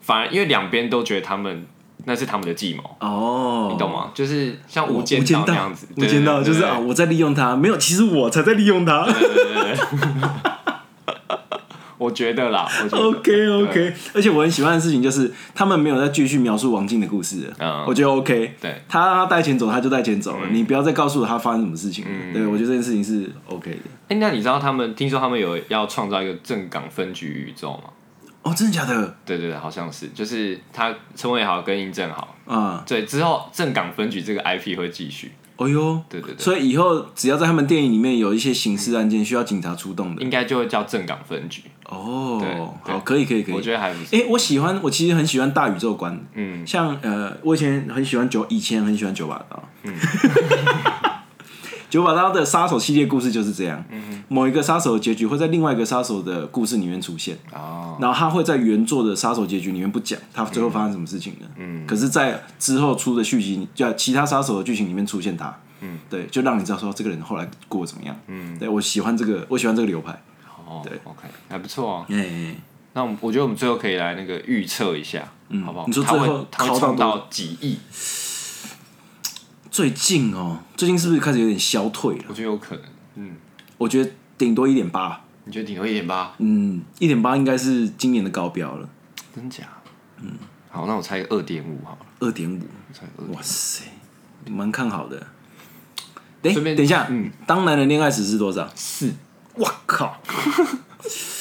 Speaker 3: 反而因为两边都觉得他们那是他们的计谋，
Speaker 2: 哦，
Speaker 3: 你懂？吗？就是像
Speaker 2: 无
Speaker 3: 无间
Speaker 2: 道
Speaker 3: 道那样子，
Speaker 2: 无间道
Speaker 3: 对
Speaker 2: 就是啊，，我在利用他，没有，其实我才在利用他。
Speaker 3: 对对对对对对对我觉
Speaker 2: [LAUGHS]
Speaker 3: 得啦，我觉得
Speaker 2: OK OK，而且我很喜欢的事情就是，他们没有再继续描述王静的故事了，
Speaker 3: 嗯
Speaker 2: 我觉得 OK。
Speaker 3: 对
Speaker 2: 他让他带钱走，他就带钱走了，你不要再告诉我他发生什么事情了。
Speaker 3: 嗯
Speaker 2: 对我觉得这件事情是 OK 的。
Speaker 3: 哎、那你知道他们听说他们有要创造一个正港分局宇宙吗？
Speaker 2: 哦，真的假的？
Speaker 3: 对对对，好像是，就是他陈伟豪跟殷正豪，
Speaker 2: 啊、
Speaker 3: 对，之后正港分局这个 IP 会继续，
Speaker 2: 哦呦，
Speaker 3: 对对对，
Speaker 2: 所以以后只要在他们电影里面有一些刑事案件需要警察出动的，
Speaker 3: 应该就会叫正港分局，对
Speaker 2: 哦，
Speaker 3: 对
Speaker 2: 好，可以可以可以。
Speaker 3: 我觉
Speaker 2: 得，
Speaker 3: 得还不错，
Speaker 2: 哎、我喜欢，我其实很喜欢大宇宙观，
Speaker 3: 嗯，
Speaker 2: 像呃，我以前很喜欢九，以前很喜欢九把刀。嗯， [LAUGHS] 九把刀的杀手系列故事就是这样，
Speaker 3: 嗯
Speaker 2: 某一个杀手的结局会在另外一个杀手的故事里面出现，
Speaker 3: 哦，
Speaker 2: 然后他会在原作的杀手结局里面不讲他最后发生什么事情的，嗯，可是，在之后出的续集，就其他杀手的剧情里面出现他。嗯，对，就让你知道说这个人后来过得怎么样。嗯，对我喜欢这个，我喜欢这个流派。
Speaker 3: 哦，OK，还不错啊。
Speaker 2: 哎、
Speaker 3: 那我们我觉得我们最后可以来那个预测一下，好不好？
Speaker 2: 嗯你说
Speaker 3: 他
Speaker 2: 最后
Speaker 3: 会他
Speaker 2: 考
Speaker 3: 会
Speaker 2: 到
Speaker 3: 冲
Speaker 2: 多
Speaker 3: 到几亿？
Speaker 2: 最近哦，最近是不是开始有点消退了
Speaker 3: 我？觉得有可能。嗯，
Speaker 2: 我觉得顶多一点八，
Speaker 3: 你觉得顶多一点八？
Speaker 2: 嗯，一点八应该是今年的高标了，
Speaker 3: 真假？嗯，好，那我猜二点五好了，
Speaker 2: 二点五，
Speaker 3: 我猜二。
Speaker 2: 哇塞，蛮看好的。等
Speaker 3: 顺便
Speaker 2: 等一下，
Speaker 3: 嗯
Speaker 2: 当男人恋爱时是多少？
Speaker 3: 四，
Speaker 2: 哇靠，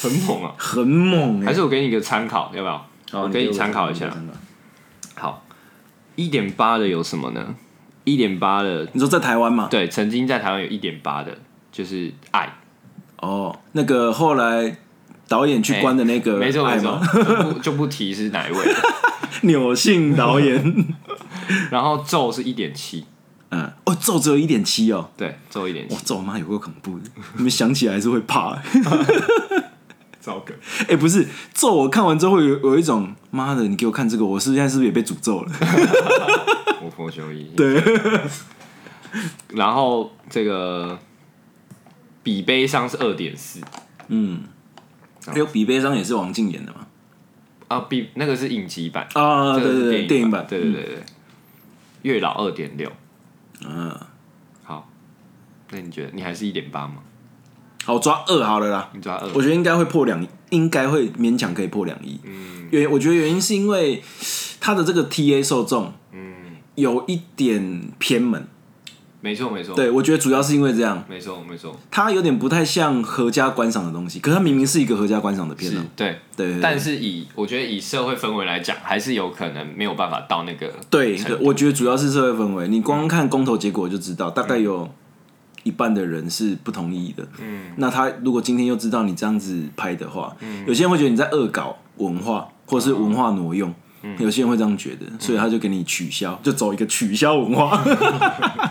Speaker 3: 很猛啊！啊
Speaker 2: 很猛哎、欸
Speaker 3: 还是我给你一个参考，要不要？
Speaker 2: 嗯好
Speaker 3: 我给
Speaker 2: 我
Speaker 3: 参考一
Speaker 2: 你给
Speaker 3: 下
Speaker 2: 我，参考
Speaker 3: 一点八的有什么呢？一点八的，
Speaker 2: 你说在台湾嘛？
Speaker 3: 对，曾经在台湾有一点八的，就是爱，
Speaker 2: 哦，那个后来导演去关的那个，
Speaker 3: 没错
Speaker 2: 呃爱
Speaker 3: 没
Speaker 2: 吗
Speaker 3: 错，，就不就不提是哪一位 [LAUGHS] 了。
Speaker 2: 扭性导演， [LAUGHS]
Speaker 3: 然后咒是一点七，
Speaker 2: 嗯，哦，咒只有一点七哦，
Speaker 3: 对，咒一点七
Speaker 2: 哇，，咒妈有够恐怖的，你们想起来还是会怕。
Speaker 3: 糟糕，
Speaker 2: [LAUGHS] 哎、不是咒，我看完之后会有有一种妈的，你给我看这个，我是现在是不是也被诅咒了？
Speaker 3: 我佛修一。
Speaker 2: 对，
Speaker 3: [LAUGHS] 然后这个比悲伤是二点四
Speaker 2: [LAUGHS] 还有比悲伤也是王静演的嘛？
Speaker 3: 啊，比那个是影集版，
Speaker 2: 啊，
Speaker 3: 这
Speaker 2: 对
Speaker 3: 个
Speaker 2: 对
Speaker 3: 是
Speaker 2: 对，电影版，
Speaker 3: 对对对对，月老二点六，
Speaker 2: 嗯，
Speaker 3: 好，那你觉得你还是一点八吗？
Speaker 2: 好，我抓二好了啦。
Speaker 3: 你抓二，
Speaker 2: 我觉得应该会破两亿，应该会勉强可以破两亿。嗯，原我觉得原因是因为他的这个 TA 受众，嗯，有一点偏门。
Speaker 3: 没错没错，
Speaker 2: 对，我觉得主要是因为这样，
Speaker 3: 没错没错，
Speaker 2: 它有点不太像合家观赏的东西，可是它明明是一个合家观赏的片
Speaker 3: 是
Speaker 2: 啊。
Speaker 3: 对，
Speaker 2: 对，对对
Speaker 3: 但是以我觉得以社会氛围来讲，还是有可能没有办法到那个
Speaker 2: 对，
Speaker 3: 程度
Speaker 2: 对我觉得主要是社会氛围。你光看公投结果就知道，大概有一半的人是不同意的。嗯，那他如果今天又知道你这样子拍的话，有些人会觉得你在恶搞文化，或是文化挪用。有些人会这样觉得，所以他就给你取消，就走一个取消文化。 [LAUGHS]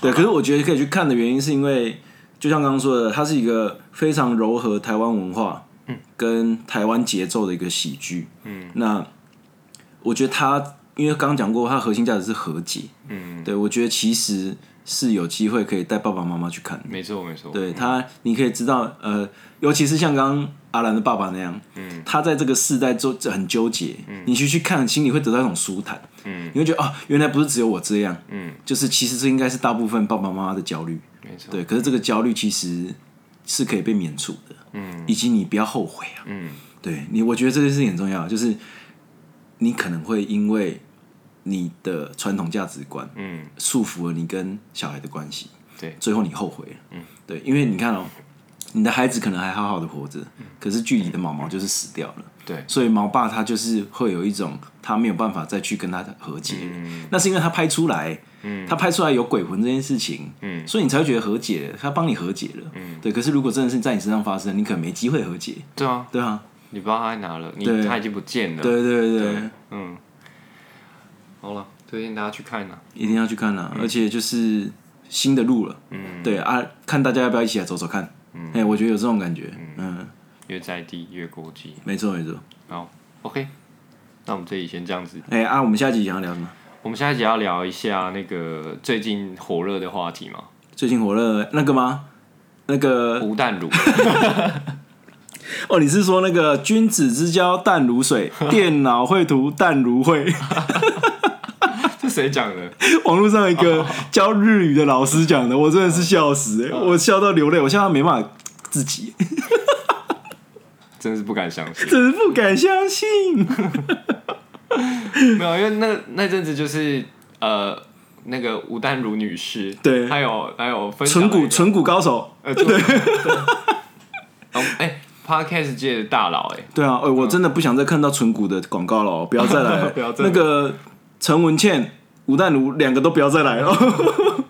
Speaker 2: 对，可是我觉得可以去看的原因是因为，就像刚刚说的，它是一个非常柔和台湾文化，跟台湾节奏的一个喜剧。嗯，那我觉得它，因为刚刚讲过，它核心价值是和解。嗯，对，我觉得其实是有机会可以带爸爸妈妈去看的。
Speaker 3: 没错没错，
Speaker 2: 对他，你可以知道，呃，尤其是像刚刚阿兰的爸爸那样，嗯，他在这个世代做很纠结，嗯，你去去看，心里会得到一种舒坦，嗯，你会觉得啊、原来不是只有我这样，嗯，就是其实这应该是大部分爸爸妈妈的焦虑，
Speaker 3: 没错，
Speaker 2: 对，可是这个焦虑其实是可以被免除的，嗯，以及你不要后悔啊，
Speaker 3: 嗯，
Speaker 2: 对你，我觉得这件事情很重要，就是你可能会因为你的传统价值观，
Speaker 3: 嗯，
Speaker 2: 束缚了你跟小孩的关系，
Speaker 3: 对
Speaker 2: 最后你后悔了，嗯，对，因为你看哦，你的孩子可能还好好的活着，可是距离的毛毛就是死掉了。
Speaker 3: 对
Speaker 2: 所以毛爸他就是会有一种他没有办法再去跟他和解，那是因为他拍出来，他拍出来有鬼魂这件事情，
Speaker 3: 嗯
Speaker 2: 所以你才会觉得和解了，他帮你和解了，对。可是如果真的是在你身上发生，你可能没机会和解，
Speaker 3: 对啊，
Speaker 2: 对啊，
Speaker 3: 你不知道他在哪了，你
Speaker 2: 对
Speaker 3: 他已经不见了，
Speaker 2: 对对对，
Speaker 3: 嗯，好了，推荐大家去看啊呢、
Speaker 2: 一定要去看啦、而且就是新的路了，对啊，看大家要不要一起来走走看，哎，我觉得有这种感觉，嗯，
Speaker 3: 越在地越国际。
Speaker 2: 没错没错，
Speaker 3: 好，OK，那我们这里先这样子。
Speaker 2: 哎啊，我们下一集想要聊什么？
Speaker 3: 我们下一集要聊一下那个最近火热的话题嘛，
Speaker 2: 最近火热那个吗？那个
Speaker 3: 吴淡如。 [LAUGHS]
Speaker 2: 哦，你是说那个君子之交淡如水，
Speaker 3: [LAUGHS]
Speaker 2: 电脑绘图淡如绘？
Speaker 3: 这谁讲的？
Speaker 2: [LAUGHS] 网络上一个
Speaker 3: 哦
Speaker 2: 教日语的老师讲的，我真的是笑死、欸，
Speaker 3: 哦
Speaker 2: 我笑到流泪，我笑到没办法自
Speaker 3: [LAUGHS]
Speaker 2: 己，
Speaker 3: 真是不敢相信。
Speaker 2: 真是不敢相信。
Speaker 3: 没有，因为那那阵子就是呃，那个吴淡如女士，
Speaker 2: 对
Speaker 3: 还有还有分享
Speaker 2: 纯
Speaker 3: 了一
Speaker 2: 股
Speaker 3: 个
Speaker 2: 纯股高手，
Speaker 3: 呃，对，然后哎，Podcast 界的大佬哎，
Speaker 2: 对啊，呃，我真的不想再看到纯股的广告了哦，不要再来了
Speaker 3: [LAUGHS] 不要再来
Speaker 2: 那个陈文倩、吴淡如两个都不要再来
Speaker 3: [LAUGHS]
Speaker 2: 了，啊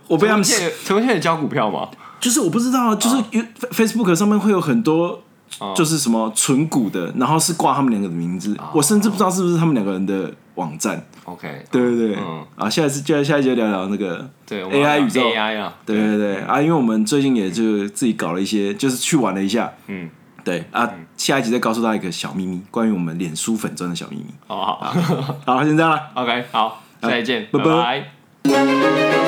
Speaker 2: 我被他们
Speaker 3: 陈文茜陈文茜也教股票嘛，
Speaker 2: 就是我不知道，
Speaker 3: 啊
Speaker 2: 就是有 Facebook 上面会有很多
Speaker 3: 哦
Speaker 2: 就是什么纯股的，然后是挂他们两个的名字，
Speaker 3: 啊
Speaker 2: 我甚至不知道是不是他们两个人的网站。
Speaker 3: OK，
Speaker 2: 对对对
Speaker 3: 嗯，
Speaker 2: 啊，下一次就下一节聊聊那个，
Speaker 3: 对我们要
Speaker 2: AI
Speaker 3: 聊
Speaker 2: 宇宙
Speaker 3: AI 啊，
Speaker 2: 对对对啊，因为我们最近也就自己搞了一些，就是去玩了一下，
Speaker 3: 嗯，
Speaker 2: 对啊，下一集再告诉大家一个小秘密，关于我们脸书粉砖的小秘密。
Speaker 3: 哦好好 [LAUGHS]
Speaker 2: 好，先这样啦。
Speaker 3: ，OK，好，再见，
Speaker 2: 拜拜
Speaker 3: 拜拜。
Speaker 2: Thank